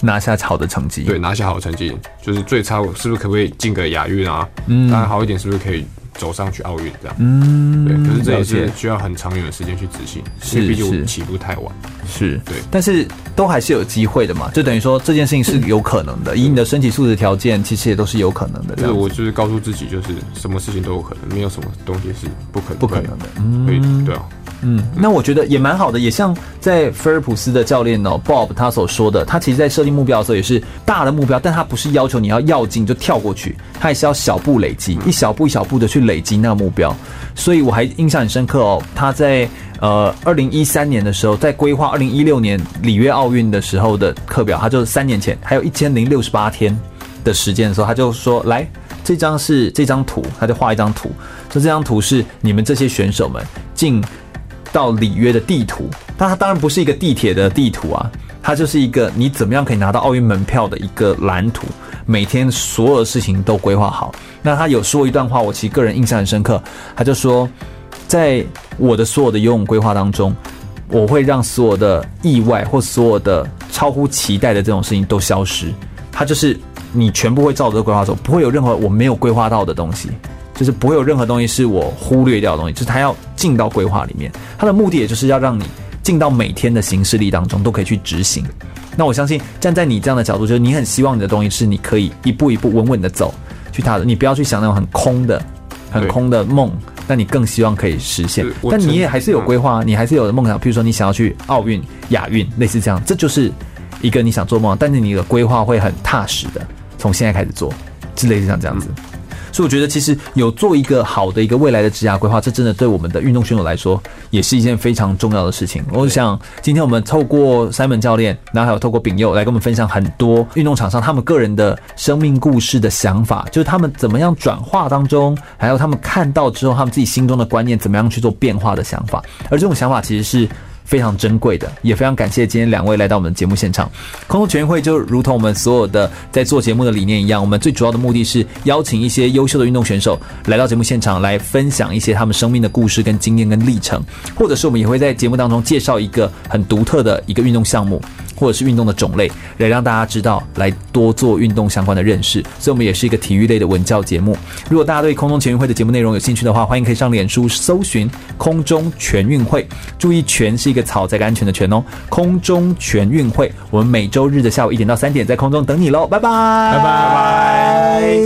拿下好的成绩。
对，拿下好成绩，就是最差我是不是可不可以进个亚运啊？嗯，当然好一点，是不是可以走上去奥运这样？嗯，对。可是这也
了
是
解
需要很长远的时间去执行，
是
因为毕竟
是
我起步太晚。
是，
对
但是都还是有机会的嘛，就等于说这件事情是有可能的，以你的身体素质条件，其实也都是有可能的。这
就是
样子
我就是告诉自己，就是什么事情都有可能，没有什么东西是不可能
不可能的。
的。所以对啊，
嗯，那我觉得也蛮好的，也像在菲尔普斯的教练哦 Bob 他所说的，他其实在设定目标的时候也是大的目标，但他不是要求你要要进就跳过去，他也是要小步累积，一小步一小步的去累积那个目标。所以我还印象很深刻哦，他在呃二零一三年的时候，在规划二零一六年里约奥运的时候的课表，他就三年前还有一千零六十八天的时间的时候，他就说来。这张是这张图，他就画一张图，说这张图是你们这些选手们进到里约的地图，但它当然不是一个地铁的地图啊，它就是一个你怎么样可以拿到奥运门票的一个蓝图。每天所有的事情都规划好。那他有说一段话，我其实个人印象很深刻，他就说，在我的所有的游泳规划当中，我会让所有的意外或所有的超乎期待的这种事情都消失。它就是你全部会照着这个规划走，不会有任何我没有规划到的东西，就是不会有任何东西是我忽略掉的东西，就是它要进到规划里面。它的目的也就是要让你进到每天的行事历当中，都可以去执行。那我相信站在你这样的角度，就是你很希望你的东西是你可以一步一步稳稳的走去踏的，你不要去想那种很空的、很
对
空的梦。那你更希望可以实现
是，我
但你
真
也还是有
嗯
规划，啊你还是有梦想。譬如说，你想要去奥运、亚运，类似这样，这就是一个你想做梦，但是你的规划会很踏实的，从现在开始做，之类似像这样子。所以我觉得，其实有做一个好的一个未来的职涯规划，这真的对我们的运动选手来说，也是一件非常重要的事情。我想，今天我们透过 Simon 教练，然后还有透过丙佑来跟我们分享很多运动场上他们个人的生命故事的想法，就是他们怎么样转化当中，还有他们看到之后，他们自己心中的观念怎么样去做变化的想法。而这种想法其实是非常珍贵的，也非常感谢今天两位来到我们的节目现场。空中全运会就如同我们所有的在做节目的理念一样，我们最主要的目的是邀请一些优秀的运动选手来到节目现场，来分享一些他们生命的故事、跟经验、跟历程，或者是我们也会在节目当中介绍一个很独特的一个运动项目。或者是运动的种类，来让大家知道，来多做运动相关的认识。所以，我们也是一个体育类的文教节目。如果大家对空中全运会的节目内容有兴趣的话，欢迎可以上脸书搜寻“空中全运会”，注意“全”是一个草在一个安全的“全”哦。空中全运会，我们每周日的下午一点到三点在空中等你喽，拜拜，拜拜。